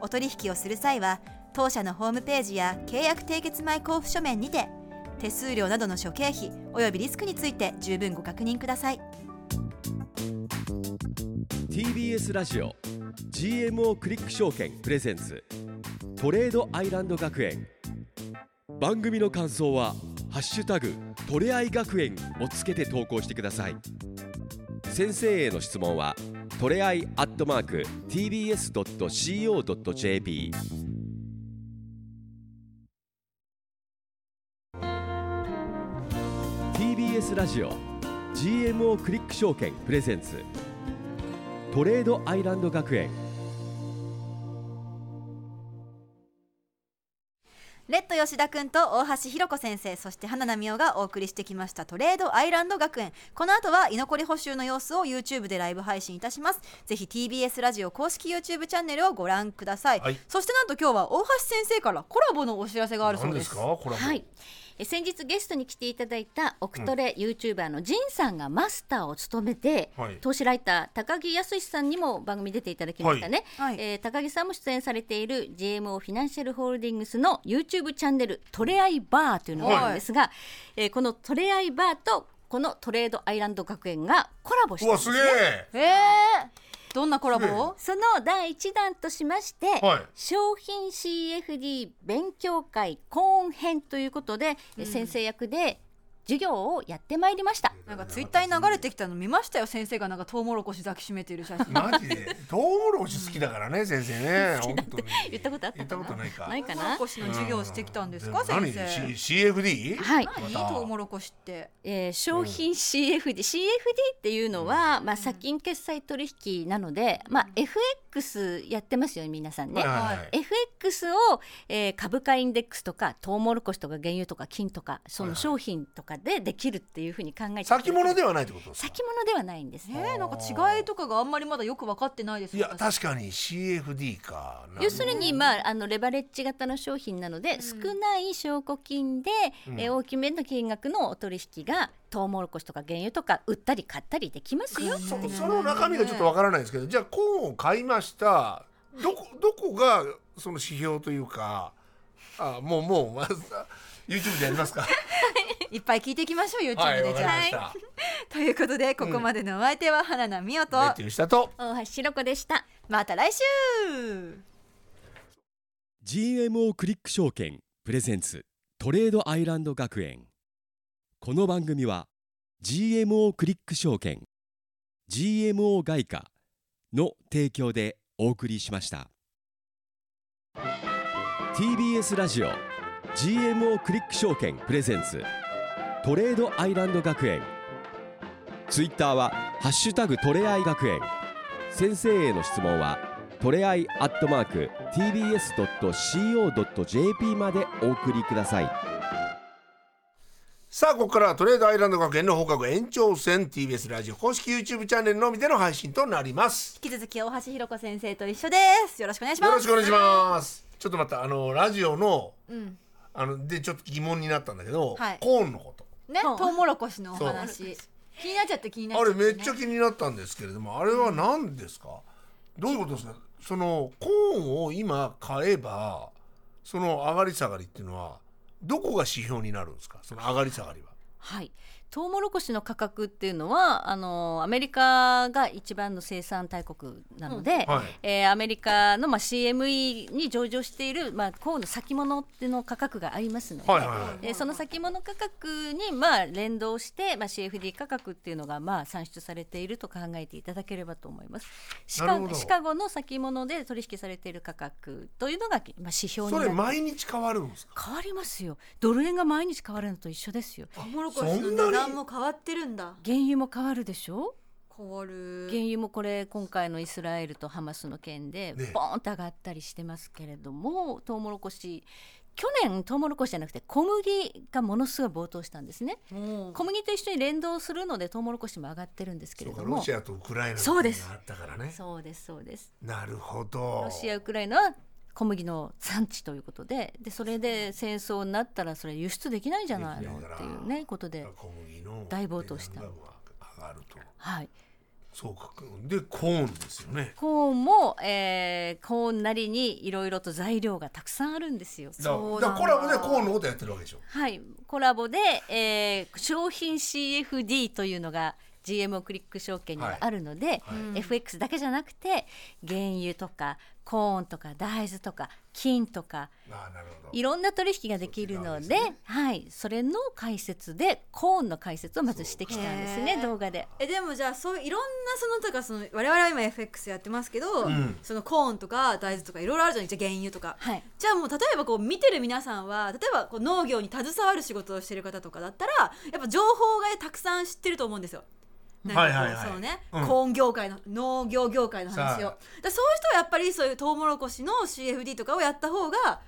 Speaker 5: お取引をする際は当社のホームページや契約締結前交付書面にて手数料などの諸経費およびリスクについて十分ご確認ください
Speaker 1: TBS ラジオ GMO クリック証券プレゼンツトレードアイランド学園番組の感想は「ハッシュタグトレアイ学園」をつけて投稿してください先生への質問はトレアイアットマーク TBS.CO.JP 「TBS ラジオ GMO クリック証券プレゼンツ」トレードアイランド学園
Speaker 5: レッド吉田くんと大橋ひろ子先生そして花奈美桜がお送りしてきましたトレードアイランド学園この後は居残り補修の様子を YouTube でライブ配信いたしますぜひ TBS ラジオ公式 YouTube チャンネルをご覧ください、
Speaker 2: はい
Speaker 5: そしてなんと今日は大橋先生からコラボのお知らせがあるそう
Speaker 2: 何
Speaker 5: で
Speaker 2: ですすかこれは。
Speaker 4: はい。え先日ゲストに来ていただいたオクトレ YouTuber のジンさんがマスターを務めて、
Speaker 2: はい
Speaker 4: 投資ライター高木康さんにも番組出ていただきましたね、
Speaker 5: はいはい
Speaker 4: えー高木さんも出演されている GMO フィナンシャルホールディングスの YouTube チャンネルトレアイバーというのがあるんですが、えーこのトレアイバーとこのトレードアイランド学園がコラボして
Speaker 2: う
Speaker 4: るん
Speaker 2: わ
Speaker 4: ですす
Speaker 2: げ
Speaker 4: ね
Speaker 2: え。
Speaker 5: えー、どんなコラボを
Speaker 4: その第1弾としまして、
Speaker 2: はい
Speaker 4: 商品 CFD 勉強会コーン編ということで、え先生役で授業をやってまいりました。
Speaker 5: なんかツイッターに流れてきたの見ましたよ先生がなんかトウモロコシ抱きしめている写 真
Speaker 2: マジで。トウモロコシ好きだからね先生 ね。本当に。
Speaker 4: 言ったことあったかな
Speaker 2: 言ったことないか。
Speaker 4: ない
Speaker 5: ト
Speaker 4: か
Speaker 5: ウモロ
Speaker 4: な
Speaker 5: コシの授業をしてきたんですか、
Speaker 2: でも
Speaker 5: 先生
Speaker 2: 何 C- CFD？
Speaker 4: はい、
Speaker 5: 何
Speaker 2: また
Speaker 5: トウモロコシって
Speaker 4: えー商品 CFD、CFD っていうのは、まあ、借金決済取引なので、まあ、FX やってますよね皆さんね、
Speaker 2: はいはいはい
Speaker 4: FX ックスを、えー株価インデックスとかトウモロコシとか原油とか金とかその商品とかでできるっていうふうに考えて
Speaker 2: 先物
Speaker 4: で
Speaker 2: ではないってことですか
Speaker 4: 先物ではないんですね。
Speaker 5: えー、なんか違いとかがあんまりまだよく分かってないです
Speaker 2: いや確かに CFD かな
Speaker 4: 要するに、まあ、あのレバレッジ型の商品なので、少ない証拠金で、えー大きめの金額のお取引がトウモロコシとか原油とか売ったり買ったりできますよっていう。
Speaker 2: その中身がちょっとわからないですけどじゃあコーンを買いましたどこどこがその指標というかあもうもうまず YouTube でやりますか
Speaker 5: いっぱい聞いていきましょう YouTube で、
Speaker 2: はいわかり
Speaker 5: じゃあ
Speaker 2: ました、
Speaker 5: ということでここまでのお相手は花名美
Speaker 2: レ
Speaker 5: 桜
Speaker 2: ッ
Speaker 5: と、
Speaker 2: ティンしたと
Speaker 4: 大橋ろ子でした。
Speaker 5: また来週
Speaker 1: GMO クリック証券プレゼンツトレードアイランド学園この番組は GMO クリック証券 GMO 外貨の提供でお送りしました TBS ラジオ GMO クリック証券プレゼンツトレードアイランド学園ツイッターは「ハッシュタグトレアイ学園」先生への質問はトレアイアットマーク TBS.CO.JP までお送りください
Speaker 2: さあここからはトレードアイランド学園の放課後延長戦 TBS ラジオ公式 YouTube チャンネルのみでの配信となります
Speaker 5: 引き続き大橋ひろ子先生と一緒ですよろしくお願いしま
Speaker 2: よ
Speaker 5: す
Speaker 2: ろしくお願いしますちょっとまたあのラジオの
Speaker 5: うん
Speaker 2: あのでちょっと疑問になったんだけど、
Speaker 5: はい
Speaker 2: コーンのこと
Speaker 5: ね
Speaker 4: そう
Speaker 5: トウモロコシのお話気になっちゃって気になっちゃ
Speaker 2: あ
Speaker 5: って
Speaker 2: れめっちゃ気になったんですけれどもあれは何ですか、どういうことですかそのコーンを今買えばその上がり下がりっていうのはどこが指標になるんですかその上がり下がりは。
Speaker 4: はい、トウモロコシの価格っていうのはあのアメリカが一番の生産大国なので、
Speaker 2: はい
Speaker 4: えーアメリカの、まあ、CME に上場している、まあ、コーンの先物っていうの価格がありますので、
Speaker 2: はいはいはい
Speaker 4: えーその先物価格に、まあ、連動して、まあ、CFD 価格っていうのが、まあ、算出されていると考えていただければと思いますシ
Speaker 2: な
Speaker 4: カ
Speaker 2: るほど
Speaker 4: シカゴの先物で取引されている価格というのが、まあ、指標に
Speaker 2: そ
Speaker 4: な
Speaker 2: れ
Speaker 4: る
Speaker 2: 毎日変わるんですか
Speaker 4: 変わりますよドル円が毎日変わるのと一緒ですよ
Speaker 5: トウモロコシの値段も変わってるんだ
Speaker 4: 原油も変わるでしょ
Speaker 5: 変わる
Speaker 4: 原油もこれ今回のイスラエルとハマスの件で
Speaker 2: ね
Speaker 4: ボーンと上がったりしてますけれども、トウモロコシ去年トウモロコシじゃなくて小麦がものすごい暴騰したんですね
Speaker 5: もう
Speaker 4: 小麦と一緒に連動するのでトウモロコシも上がってるんです
Speaker 2: そ
Speaker 4: けれ
Speaker 2: うか
Speaker 4: ど
Speaker 2: ロ
Speaker 4: も
Speaker 2: シアとウクライナ
Speaker 4: そうです
Speaker 2: があったからね
Speaker 4: そうですそうです
Speaker 2: なるほど
Speaker 4: ロシアウクライナは小麦の産地ということででそれで戦争になったらそれ輸出できないんじゃないのっていうねことで、
Speaker 2: 小麦の
Speaker 4: 大暴騰し
Speaker 2: 値
Speaker 4: た
Speaker 2: 段が上がると
Speaker 4: はい、
Speaker 2: そうかでコーンですよね
Speaker 4: コーンも、えー、コーンなりにいろいろと材料がたくさんあるんですよ。
Speaker 2: だ
Speaker 5: そう
Speaker 2: だ
Speaker 5: なんだ
Speaker 2: からコラボでコーンのことやってるわけでしょ
Speaker 4: はい、コラボで、えー商品 CFD というのが GMO クリック証券にはあるので、FX だけじゃなくて原油とかコーンとか大豆とか金とか
Speaker 2: ああなるほど
Speaker 4: いろんな取引ができるのではい、それの解説でコーンの解説をまずしてきたんです
Speaker 5: そう
Speaker 4: ね
Speaker 5: か
Speaker 4: 動画で。
Speaker 5: えでもじゃあそういろんなそのとかその我々は今 FX やってますけど、
Speaker 2: ん
Speaker 5: そのコーンとか大豆とかいろいろあるじゃないですか原油とか、
Speaker 4: はい
Speaker 5: じゃあもう例えばこう見てる皆さんは例えばこう農業に携わる仕事をしてる方とかだったらやっぱ情報がたくさん知ってると思うんですよ。なんかこう
Speaker 2: はいはいはい
Speaker 5: そうね、
Speaker 2: うん
Speaker 5: コーン業界の農業業界の話を
Speaker 2: さ
Speaker 5: だそういう人はやっぱりそういうトウモロコシの CFD とかをやった方が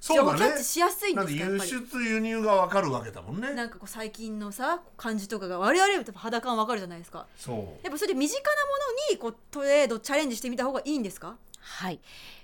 Speaker 2: そうだね
Speaker 5: 情報キャッチしやすいんですか
Speaker 2: だって
Speaker 5: やっ
Speaker 2: 輸出輸入がわかるわけだもんね
Speaker 5: なんかこう最近のさ感じとかが我々より多分肌感わかるじゃないですか
Speaker 2: そう
Speaker 5: やっぱそれで身近なものにこうトレードチャレンジしてみた方がいいんですか
Speaker 4: はい。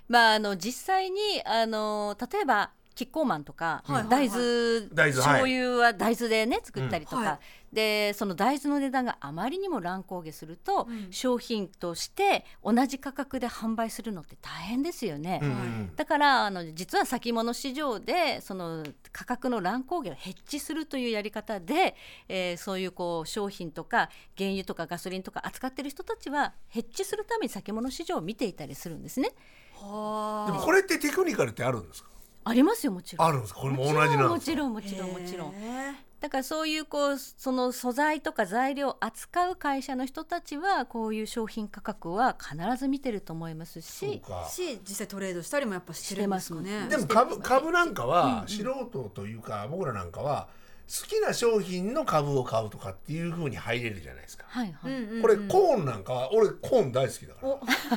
Speaker 4: まああの実際にあの例えばキッコーマンとか、
Speaker 5: はいはいはい
Speaker 4: 大豆
Speaker 2: 大豆はい
Speaker 4: 醤油は大豆でね作ったりとか、
Speaker 5: うんは
Speaker 4: でその大豆の値段があまりにも乱高下すると、
Speaker 5: うん
Speaker 4: 商品として同じ価格で販売するのって大変ですよね。
Speaker 2: うんう
Speaker 5: はい
Speaker 2: ん
Speaker 4: だからあの実は先物市場でその価格の乱高下をヘッジするというやり方で、えーそういうこう商品とか原油とかガソリンとか扱ってる人たちはヘッジするために先物市場を見ていたりするんですね。
Speaker 5: は
Speaker 2: でもこれってテクニカルってあるんですか
Speaker 4: ありますよもちろん。
Speaker 2: あるんですかこれも同じなん
Speaker 4: も
Speaker 2: です
Speaker 4: ち
Speaker 2: か
Speaker 4: ろんも
Speaker 5: も
Speaker 4: ちろんもちろん。
Speaker 5: へ
Speaker 4: だからそういうこうその素材とか材料を扱う会社の人たちはこういう商品価格は必ず見てると思います
Speaker 2: そう
Speaker 4: し。
Speaker 2: か
Speaker 5: ーし実際トレードしたりもやっぱしてるんですか
Speaker 4: して
Speaker 5: ね
Speaker 4: ま
Speaker 2: でも株株なんかは素人というか僕らなんかはきな商品の株を買うとかっていうふうに入れるじゃないですか、
Speaker 4: はいはい、
Speaker 5: うんうんうん
Speaker 2: これコーンなんかは俺コーン大好きだから
Speaker 5: お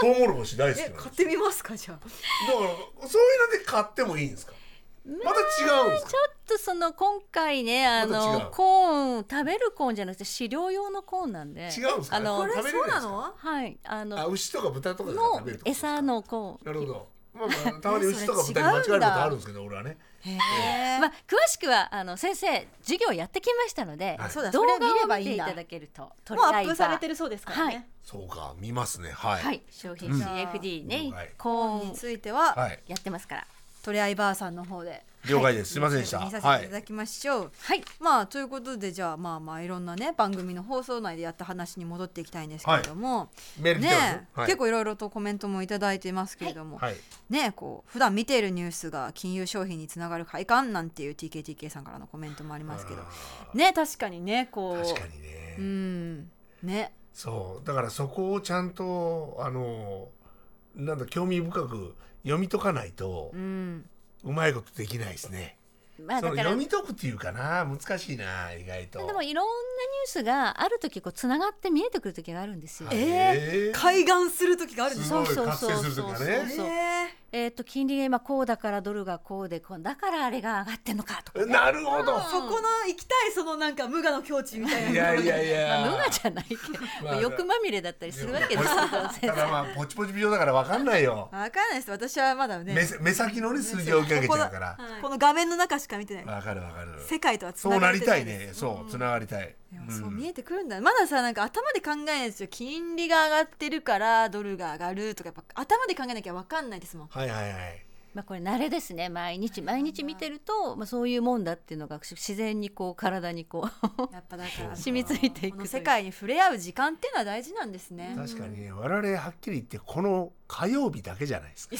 Speaker 2: トウモロコシ大好きなん
Speaker 5: え
Speaker 2: です
Speaker 5: 買
Speaker 2: よ
Speaker 5: ってみますかじゃあ
Speaker 2: だからそういうので買ってもいいんですかまた違うんですか
Speaker 4: ちょっとその今回ねあ
Speaker 2: また違
Speaker 4: の
Speaker 2: う
Speaker 4: コーン食べるコーンじゃなくて飼料用のコーンなんで
Speaker 2: 違うんですか
Speaker 4: あの
Speaker 2: これ食べれるんですか
Speaker 5: そうなの
Speaker 4: はいあ
Speaker 2: あ
Speaker 4: の
Speaker 2: 牛とか豚とかじゃ
Speaker 4: の
Speaker 2: 食べるってことですか
Speaker 4: 餌のコーン
Speaker 2: なるほど、まあまあ、たまに牛とか豚に間違えることあるんですけど俺はね
Speaker 5: へー
Speaker 4: まあ、詳しくはあの先生授業やってきましたので、
Speaker 2: はい
Speaker 5: そうだ
Speaker 4: 動
Speaker 5: それ見れ
Speaker 4: 画を
Speaker 5: ば
Speaker 4: 見
Speaker 5: い
Speaker 4: て
Speaker 5: いん
Speaker 4: い
Speaker 5: だ
Speaker 4: ただけるともう
Speaker 5: もうアップされてるそうですからね、
Speaker 2: そうか見ますねはい
Speaker 4: はい、商品
Speaker 2: うん
Speaker 4: CFD ね、
Speaker 2: 了解
Speaker 4: コー
Speaker 5: に
Speaker 4: ン
Speaker 5: ついては、
Speaker 2: はい、
Speaker 4: やってますから
Speaker 5: トレアイバーさんの方で
Speaker 2: 了解です、すいませんでした
Speaker 5: 見さ
Speaker 2: は
Speaker 5: せてい
Speaker 2: い
Speaker 5: ただきましょう、
Speaker 4: はい
Speaker 5: まあということでじゃあまあまあいろんなね番組の放送内でやった話に戻っていきたいんですけれども、
Speaker 2: メール来
Speaker 5: ね
Speaker 2: てます、
Speaker 5: え
Speaker 2: はい、
Speaker 5: 結構いろいろとコメントもいただいてますけれども、
Speaker 2: はい
Speaker 5: ねえこう普段見ているニュースが金融商品につながる快感なんていう TKTK さんからのコメントもありますけどねえ確かにねこう
Speaker 2: 確かにね、
Speaker 5: うんね
Speaker 2: そうだからそこをちゃんとあのなんだ興味深く読み解かないと
Speaker 5: うん
Speaker 2: うまいことできないですね、
Speaker 4: まあ
Speaker 2: そ
Speaker 4: だ
Speaker 2: の
Speaker 4: から
Speaker 2: 読み
Speaker 4: で
Speaker 2: 解くっていうかな難しいな意外と
Speaker 4: もいろんなニュースがある時こうつながって見えてくる時があるんですよ。
Speaker 2: え
Speaker 5: 海岸する時があるんですす
Speaker 2: ご
Speaker 5: よ
Speaker 2: い
Speaker 4: そう
Speaker 2: 活
Speaker 4: そう
Speaker 2: 性
Speaker 4: そう
Speaker 2: す
Speaker 4: そう
Speaker 2: るとかね
Speaker 4: そう
Speaker 5: ええ
Speaker 4: えっ、と金利が今こうだからドルがこうでこうだからあれが上がってんのかとか、ね。
Speaker 2: なるほど、
Speaker 5: そこの行きたいそのなんか無我の境地みたいない
Speaker 2: やいやいや、
Speaker 4: まあ無我じゃないけど、
Speaker 2: ま
Speaker 4: ま
Speaker 2: あ
Speaker 4: あ、欲まみれだったりするわけですけど
Speaker 2: ただまあポチポチ病だからわかんないよ、
Speaker 5: わからないです私はまだね
Speaker 2: 目目先のね数字を受け上げちゃうから
Speaker 5: ここだこの画面の中しか見てない、
Speaker 2: わかるわかる
Speaker 5: 世界とはつ
Speaker 2: そう
Speaker 5: なが
Speaker 2: な
Speaker 5: れ
Speaker 2: り
Speaker 5: てな
Speaker 2: た
Speaker 5: い
Speaker 2: い
Speaker 5: です
Speaker 2: ねそうつながりたい、
Speaker 5: いや
Speaker 2: うん
Speaker 5: そう見えてくるんだ、まださなんか頭で考えないですよ金利が上がってるからドルが上がるとかやっぱ頭で考えなきゃ分かんないですもん
Speaker 2: はいはいはい
Speaker 4: まあこれ慣れですね毎日毎日見てると、まあ、そういうもんだっていうのが自然にこう体にこう
Speaker 5: やっぱだから
Speaker 4: 染みついていくという
Speaker 5: この世界に触れ合う時間っていうのは大事なんですね
Speaker 2: 確かにね我々はっきり言ってこの火曜日だけじゃないですか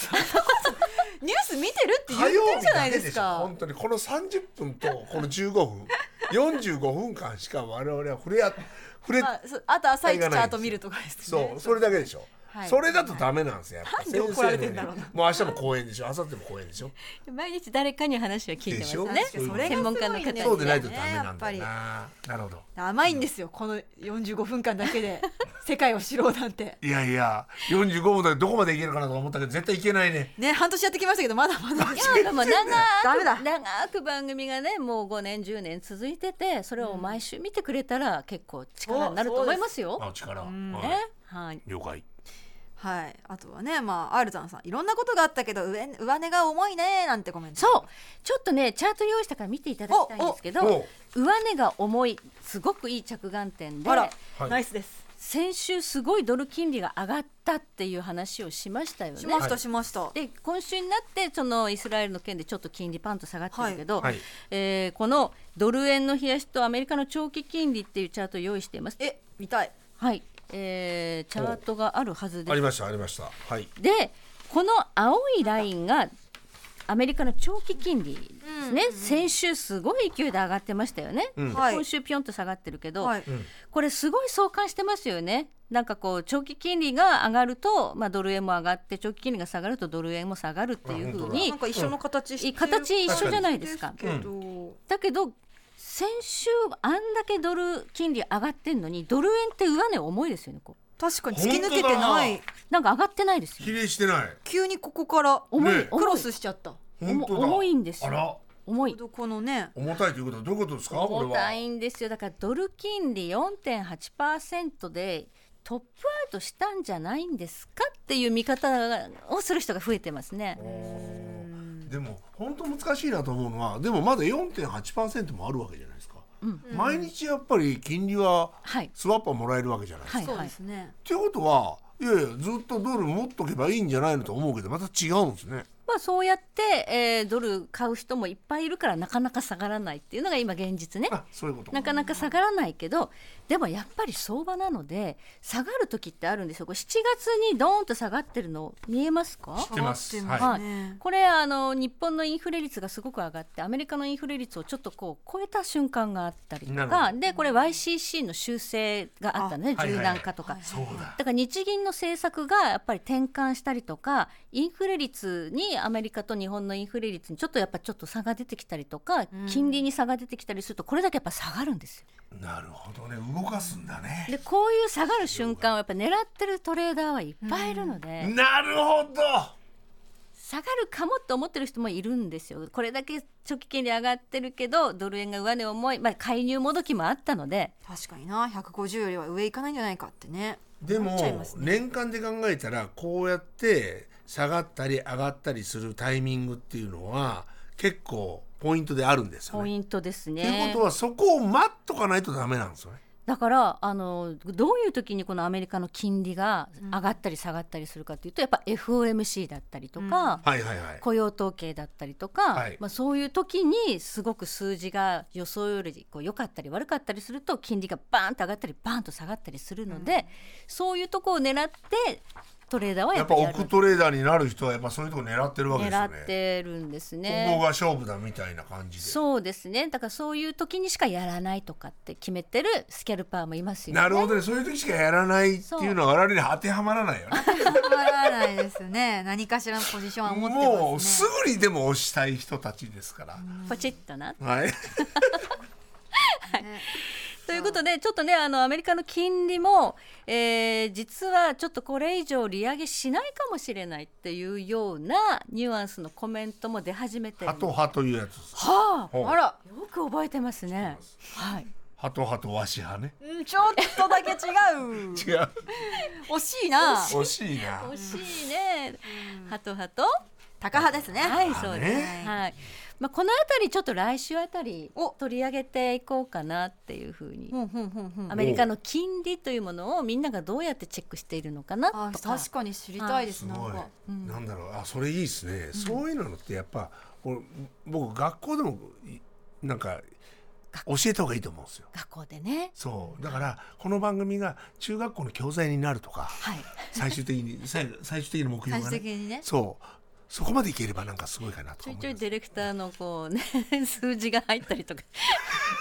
Speaker 5: ニュース見てるって言っ
Speaker 2: 火
Speaker 5: て
Speaker 2: 曜
Speaker 5: る
Speaker 2: 日
Speaker 5: じゃな
Speaker 2: だ
Speaker 5: い
Speaker 2: け
Speaker 5: で
Speaker 2: ですしょ
Speaker 5: か
Speaker 2: 本当にこの30分とこの15分45分間しか我々は触れ合っ触れ、
Speaker 5: まあ、そあと朝一チャート見るとかですね
Speaker 2: そうそれだけでしょ、
Speaker 4: はい
Speaker 2: それだとダメなんですよやっぱ
Speaker 5: なんで怒られてんだろうな
Speaker 2: 先生のねもう明日も公演でしょ明後日も公演でしょ
Speaker 4: 毎日誰かに話は聞いてますよね
Speaker 2: でしょそういうこと
Speaker 4: 専門家の方に、ね、
Speaker 2: そうでないとダメなんだよな、なるほど
Speaker 5: 甘いんですよこの45分間だけ で世界を知ろうなんて
Speaker 2: いやいや45分だけどこまでいけるかなと思ったけど絶対いけないね
Speaker 5: ね半年やってきましたけどまだまだ
Speaker 4: いや でも長
Speaker 5: ダメだ
Speaker 4: く長く番組がねもう5年10年続いててそれを毎週見てくれたら結構力になると思いますよ。
Speaker 2: あ力、はい
Speaker 4: ね、はい、
Speaker 2: 了解
Speaker 5: はい、あとはね、まあ、アルザンさん、いろんなことがあったけど、上、上値が重いねなんてコメント。
Speaker 4: そうちょっとねチャート用意したから見ていただきたいんですけ
Speaker 2: お
Speaker 4: ど上値が重いすごくいい着眼点で
Speaker 5: あら、
Speaker 2: はい
Speaker 5: ナイスです。
Speaker 4: 先週すごいドル金利が上がったっていう話をしましたよね
Speaker 5: し。まし
Speaker 2: は
Speaker 5: た、
Speaker 2: い
Speaker 5: しました。
Speaker 4: で今週になってそのイスラエルの件でちょっと金利パンと下がってるけど、
Speaker 2: はいはい
Speaker 4: えーこのドル円の冷やしとアメリカの長期金利っていうチャートを用意しています。
Speaker 5: え、見たい。
Speaker 4: はい、えーチャートがあるはずで
Speaker 2: あり
Speaker 4: す。
Speaker 2: ましたありましたはい
Speaker 4: で、この青いラインがアメリカの長期金利ですね。先週すごい勢いで上がってましたよね。
Speaker 2: ん
Speaker 4: で
Speaker 5: はい
Speaker 4: 今週ピョンと下がってるけど、
Speaker 5: はい。
Speaker 4: これすごい相関してますよね。なんかこう長期金利が上がると、まあ、ドル円も上がって長期金利が下がるとドル円も下がるっていうふうに
Speaker 5: なんか一緒の形してる。
Speaker 4: 形一緒じゃないですか
Speaker 5: ですけど。
Speaker 4: だけど先週あんだけドル金利上がってんのにドル円って上値重いですよねこう
Speaker 5: 確かに突き抜けてない
Speaker 2: 本。
Speaker 4: なんか上がってないですよ
Speaker 2: 比
Speaker 4: ね
Speaker 2: 例してない
Speaker 5: 急にここから。
Speaker 4: 重い、
Speaker 2: ね
Speaker 4: 重い
Speaker 5: クロスしちゃった。
Speaker 2: 本当だ
Speaker 4: 重いんですよ
Speaker 2: あら
Speaker 4: 重い
Speaker 5: ほどこのね。
Speaker 2: 重たいということはどういうことですかこれ
Speaker 4: 重
Speaker 2: は
Speaker 4: たいんですよだからドル金利4.8%でトップアウトしたんじゃないんですかっていう見方をする人が増えてますね。
Speaker 2: でも本当難しいなと思うのはでもまだ4.8%もあるわけじゃないですか、毎日やっぱり金利は
Speaker 4: はい
Speaker 2: スワップはもらえるわけじゃないですか、
Speaker 4: はい
Speaker 5: そう
Speaker 4: は
Speaker 5: で
Speaker 4: い
Speaker 5: すね。
Speaker 2: っていうことはいやいやずっとドル持っとけばいいんじゃないのと思うけどまた違うんですね
Speaker 4: まあ、そうやって、えードル買う人もいっぱいいるからなかなか下がらないっていうのが今現実ね。
Speaker 2: あそういうこと
Speaker 4: なかなか下がらないけどでもやっぱり相場なので下がる時ってあるんですよこれ7月にドーンと下がってるの見えますか
Speaker 2: てます
Speaker 5: 上がってますね。
Speaker 4: これあの日本のインフレ率がすごく上がってアメリカのインフレ率をちょっとこう超えた瞬間があったりと
Speaker 2: なるほ
Speaker 4: かでこれ YCC の修正があったのね
Speaker 2: あはい
Speaker 4: 柔
Speaker 2: はい
Speaker 4: 軟化とか、
Speaker 2: そうだ
Speaker 4: だから日銀の政策がやっぱり転換したりとかインフレ率にアメリカと日本のインフレ率にちょっとやっぱちょっと差が出てきたりとか、
Speaker 5: うん
Speaker 4: 金利に差が出てきたりするとこれだけやっぱ下がるんですよ。
Speaker 2: なるほどね動かすんだね
Speaker 4: でこういう下がる瞬間をやっぱ狙ってるトレーダーはいっぱいいるので、
Speaker 2: なるほど
Speaker 4: 下がるかもって思ってる人もいるんですよ。これだけ長期金利上がってるけどドル円が上値重い、まあ、介入もどきもあったので
Speaker 5: 確かにな150よりは上いかないんじゃないかってね
Speaker 2: で
Speaker 5: 思
Speaker 2: も
Speaker 5: っちゃいますね
Speaker 2: 年間で考えたらこうやって下がったり上がったりするタイミングっていうのは結構ポイントであるんですよ
Speaker 4: ポ
Speaker 2: ね。
Speaker 4: イントです
Speaker 2: という
Speaker 4: ね
Speaker 2: こと。はそこを待っとかないとダメなんですよね。
Speaker 4: だからあのどういう時にこのアメリカの金利が上がったり下がったりするかというとやっぱ FOMC だったりとか、
Speaker 2: はいはいはい。
Speaker 4: 雇用統計だったりとか、
Speaker 2: はい
Speaker 4: まあ、そういう時にすごく数字が予想よりこう良かったり悪かったりすると金利がバーンと上がったりバーンと下がったりするので、そういうとこを狙ってトレーダーは
Speaker 2: や
Speaker 4: やっ
Speaker 2: っぱ
Speaker 4: ぱりやる
Speaker 2: 億トレーダーになる人はやっぱそういうとこ狙ってるわけですよね。
Speaker 4: 狙ってるんで
Speaker 2: こ
Speaker 4: す
Speaker 2: こが
Speaker 4: ね。
Speaker 2: 勝負だみたいな感じで。
Speaker 4: そうですねだからそういう時にしかやらないとかって決めてるスキャルパーもいますよね。
Speaker 2: なるほどね。そういう時しかやらないっていうのは我々に当てはまらないよね。
Speaker 5: わからないですね何かしらのポジションは持ってますね
Speaker 2: もうすぐにでも押したい人たちですから。
Speaker 4: ポチッとな
Speaker 2: はい。
Speaker 5: ね
Speaker 4: ということでちょっとねあのアメリカの金利も、えー実はちょっとこれ以上利上げしないかもしれないっていうようなニュアンスのコメントも出始めてる
Speaker 2: ハト派というやつです。
Speaker 4: はあ
Speaker 2: ほう
Speaker 5: あら、
Speaker 4: よく覚えてますねはい
Speaker 2: ハト派とワシ派ね。
Speaker 5: うんちょっとだけ違 う
Speaker 2: 違 う。
Speaker 5: 惜しいな
Speaker 2: 惜しいな。
Speaker 4: 惜しいねハトハト
Speaker 5: 高派ですね
Speaker 4: はいそうです
Speaker 2: ね
Speaker 4: はいまあこのあたりちょっと来週あたりを取り上げていこうかなっていうふうに
Speaker 5: ほんほんほんほん
Speaker 4: アメリカの金利というものをみんながどうやってチェックしているのかな
Speaker 5: あ
Speaker 4: とか
Speaker 5: 確かに知りたいです
Speaker 2: す
Speaker 5: なん
Speaker 2: ごい
Speaker 5: か。
Speaker 2: なんだろう。あ、それいいですね。そういうのってやっぱ、俺僕学校でもいなんか教えた方がいいと思うんですよ。
Speaker 4: 学校でね
Speaker 2: そう。だからこの番組が中学校の教材になるとか、
Speaker 4: はい
Speaker 2: 最終的に最最終的な目標
Speaker 5: 最
Speaker 2: が
Speaker 5: 終的
Speaker 2: ね。
Speaker 5: にね
Speaker 2: そう。そこまでいければなんかすごいかなと
Speaker 4: ち
Speaker 2: か
Speaker 4: ょい
Speaker 2: 思
Speaker 4: ちょ
Speaker 2: い
Speaker 4: い
Speaker 2: ます。
Speaker 4: ディレクターのこうね 数字が入ったりとか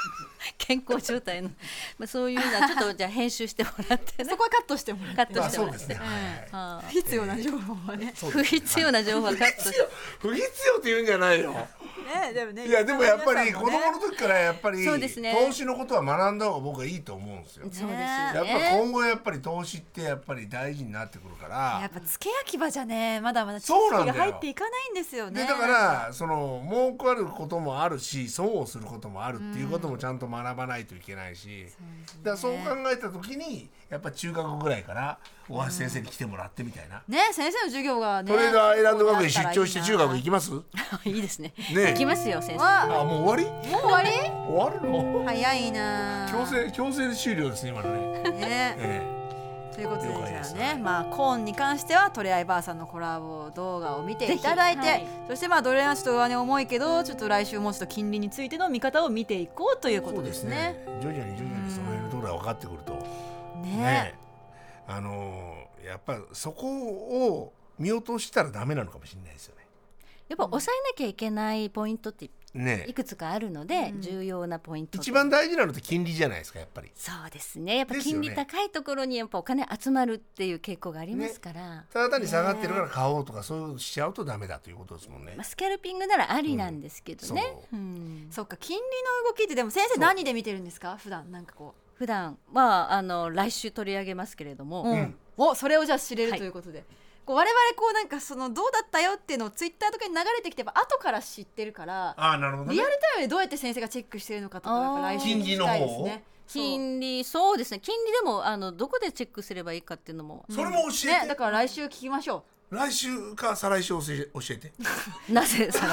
Speaker 4: 健康状態の、まあ、そういうの はちょっとじゃあ編集してもら ってね
Speaker 5: そこはカットしてもら
Speaker 4: カ
Speaker 5: っ
Speaker 4: ット
Speaker 2: あ
Speaker 4: して
Speaker 2: そ
Speaker 4: も
Speaker 2: う
Speaker 4: らっ
Speaker 2: で
Speaker 4: て
Speaker 2: すね。はい。
Speaker 4: あ
Speaker 5: て必要な情報はね
Speaker 4: あ不必要な情報はカットして
Speaker 2: 不必要って言うんじゃないよ。
Speaker 5: ねでもね
Speaker 2: いやでもやっぱり子供
Speaker 5: ね
Speaker 2: の時からやっぱり
Speaker 4: そうですね
Speaker 2: 投資のことは学んだ方が僕はいいと思うんですよ。
Speaker 4: そうですよ
Speaker 2: やっぱ
Speaker 4: ね
Speaker 2: 今後やっぱり投資ってやっぱり大事になってくるか
Speaker 5: やっ
Speaker 2: ら。
Speaker 5: ぱ付け焼き場じゃねまだまだ知
Speaker 2: そうなん
Speaker 5: 識
Speaker 2: だ
Speaker 5: が
Speaker 2: よ
Speaker 5: 入っていかないんですよね
Speaker 2: でだからその儲かることもあるし損をすることもあるっていうこともちゃんと学ばないといけないし、だからそう考えた時にやっぱ中学ぐらいから大橋先生に来てもらってみたいな、
Speaker 5: ね先生の授業がね
Speaker 2: トレーダーアイランド学院出張
Speaker 5: 張
Speaker 2: して中学行きます
Speaker 4: いい ですね
Speaker 2: ね
Speaker 4: 行きますよ先生
Speaker 5: わ
Speaker 2: あもう終わり
Speaker 5: もう終わり
Speaker 2: 終わるの
Speaker 5: 早いな
Speaker 2: 強制強制終了ですね今のね。
Speaker 5: ね
Speaker 2: ええ
Speaker 5: ということで
Speaker 2: 了
Speaker 5: じ
Speaker 2: 解
Speaker 5: ゃ
Speaker 2: で
Speaker 5: あ
Speaker 2: す
Speaker 5: ね、まあコーンに関してはトレアイバーさんのコラボ動画を見ていただいて、
Speaker 4: ぜひはい
Speaker 5: そしてまあドレアンはちょっと上値重いけどちょっと来週もちょっと金利についての見方を見ていこうというこ
Speaker 2: そ
Speaker 5: と
Speaker 2: う
Speaker 5: で
Speaker 2: ですす
Speaker 5: ね
Speaker 2: ね。。徐々に徐々にその辺のところが分かってくると、
Speaker 5: ね
Speaker 2: ね、あのーやっぱそこを見落としたらダメなのかもしれないですよ
Speaker 4: やっぱ抑えなきゃいけないポイントって
Speaker 2: ね。ね
Speaker 4: い、くつかあるので重要なポイント
Speaker 2: 一番大事なのって金利じゃないですかやっぱり。
Speaker 4: そうですねやっぱ
Speaker 2: ですよ
Speaker 4: 金
Speaker 2: ね
Speaker 4: 利高いところにやっぱお金集まるっていう傾向がありますから、
Speaker 2: ただ単に下がってるから買おうとかそういうことしちゃうとダメだということですもんね
Speaker 4: まあ、。スキャルピングならありなんですけどね、
Speaker 2: そう
Speaker 4: うん
Speaker 5: そっか金利の動きってでも先生何で見てるんですか普段なんかこ
Speaker 4: 普段はあの来週取り上げますけれども、
Speaker 5: う、うんおそれをじゃあ知れるということで、こう我々こうなんかそのどうだったよっていうのをツイッターとかに流れてきてば後から知ってるから
Speaker 2: ああなるほど、ね。
Speaker 5: リアルタイムでどうやって先生がチェックしてるのかとかやっぱ来週聞きたいですね。そう
Speaker 4: 金利そうですね金利でもあのどこでチェックすればいいかっていうの も、
Speaker 2: それも教え
Speaker 5: ね
Speaker 2: て、
Speaker 5: だから来週聞きましょ
Speaker 2: 来週か再来週教え教え て
Speaker 4: なぜ再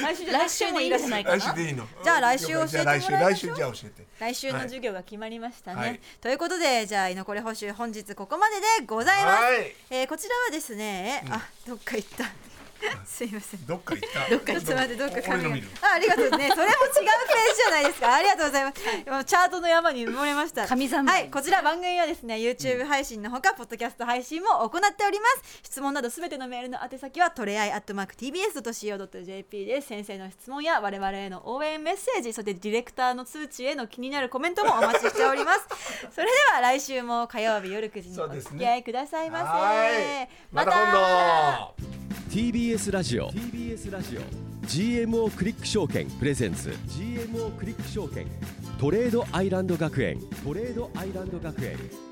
Speaker 4: 来週
Speaker 5: う来週
Speaker 4: 来週もいいんじゃないか
Speaker 2: 来
Speaker 4: な
Speaker 2: 週でいいの
Speaker 5: じゃあ来週
Speaker 2: 了解
Speaker 5: 教えてもらいましょう
Speaker 2: じゃあ来週来週じゃあ教えて
Speaker 5: 来週の授業が決まりましたね。
Speaker 2: はい
Speaker 5: ということでじゃあ居残り補習本日ここまででございます。
Speaker 2: はい
Speaker 5: えーこちらはですね、えあどっか行った。 すいません。
Speaker 2: どっか行った
Speaker 5: どっかちょっと待ってどっか
Speaker 2: 俺
Speaker 5: が
Speaker 2: の見る
Speaker 5: あありがとうねそれも違うページじゃないですかありがとうございます今チャートの山に埋もれました
Speaker 4: 神山
Speaker 5: はいこちら番組はですね YouTube 配信のほか、ポッドキャスト配信も行っております質問などすべてのメールの宛先はトレアイアットマーク TBS.CO.JP です先生の質問や我々への応援メッセージそしてディレクターの通知への気になるコメントもお待ちしておりますそれでは来週も火曜日夜9時にお付き合いくださいませ
Speaker 2: はいまた
Speaker 5: また
Speaker 2: 今度
Speaker 1: TBS ラジオ TBS ラジオ GMO クリック証券プレゼンツ GMO クリック証券トレードアイランド学園トレードアイランド学園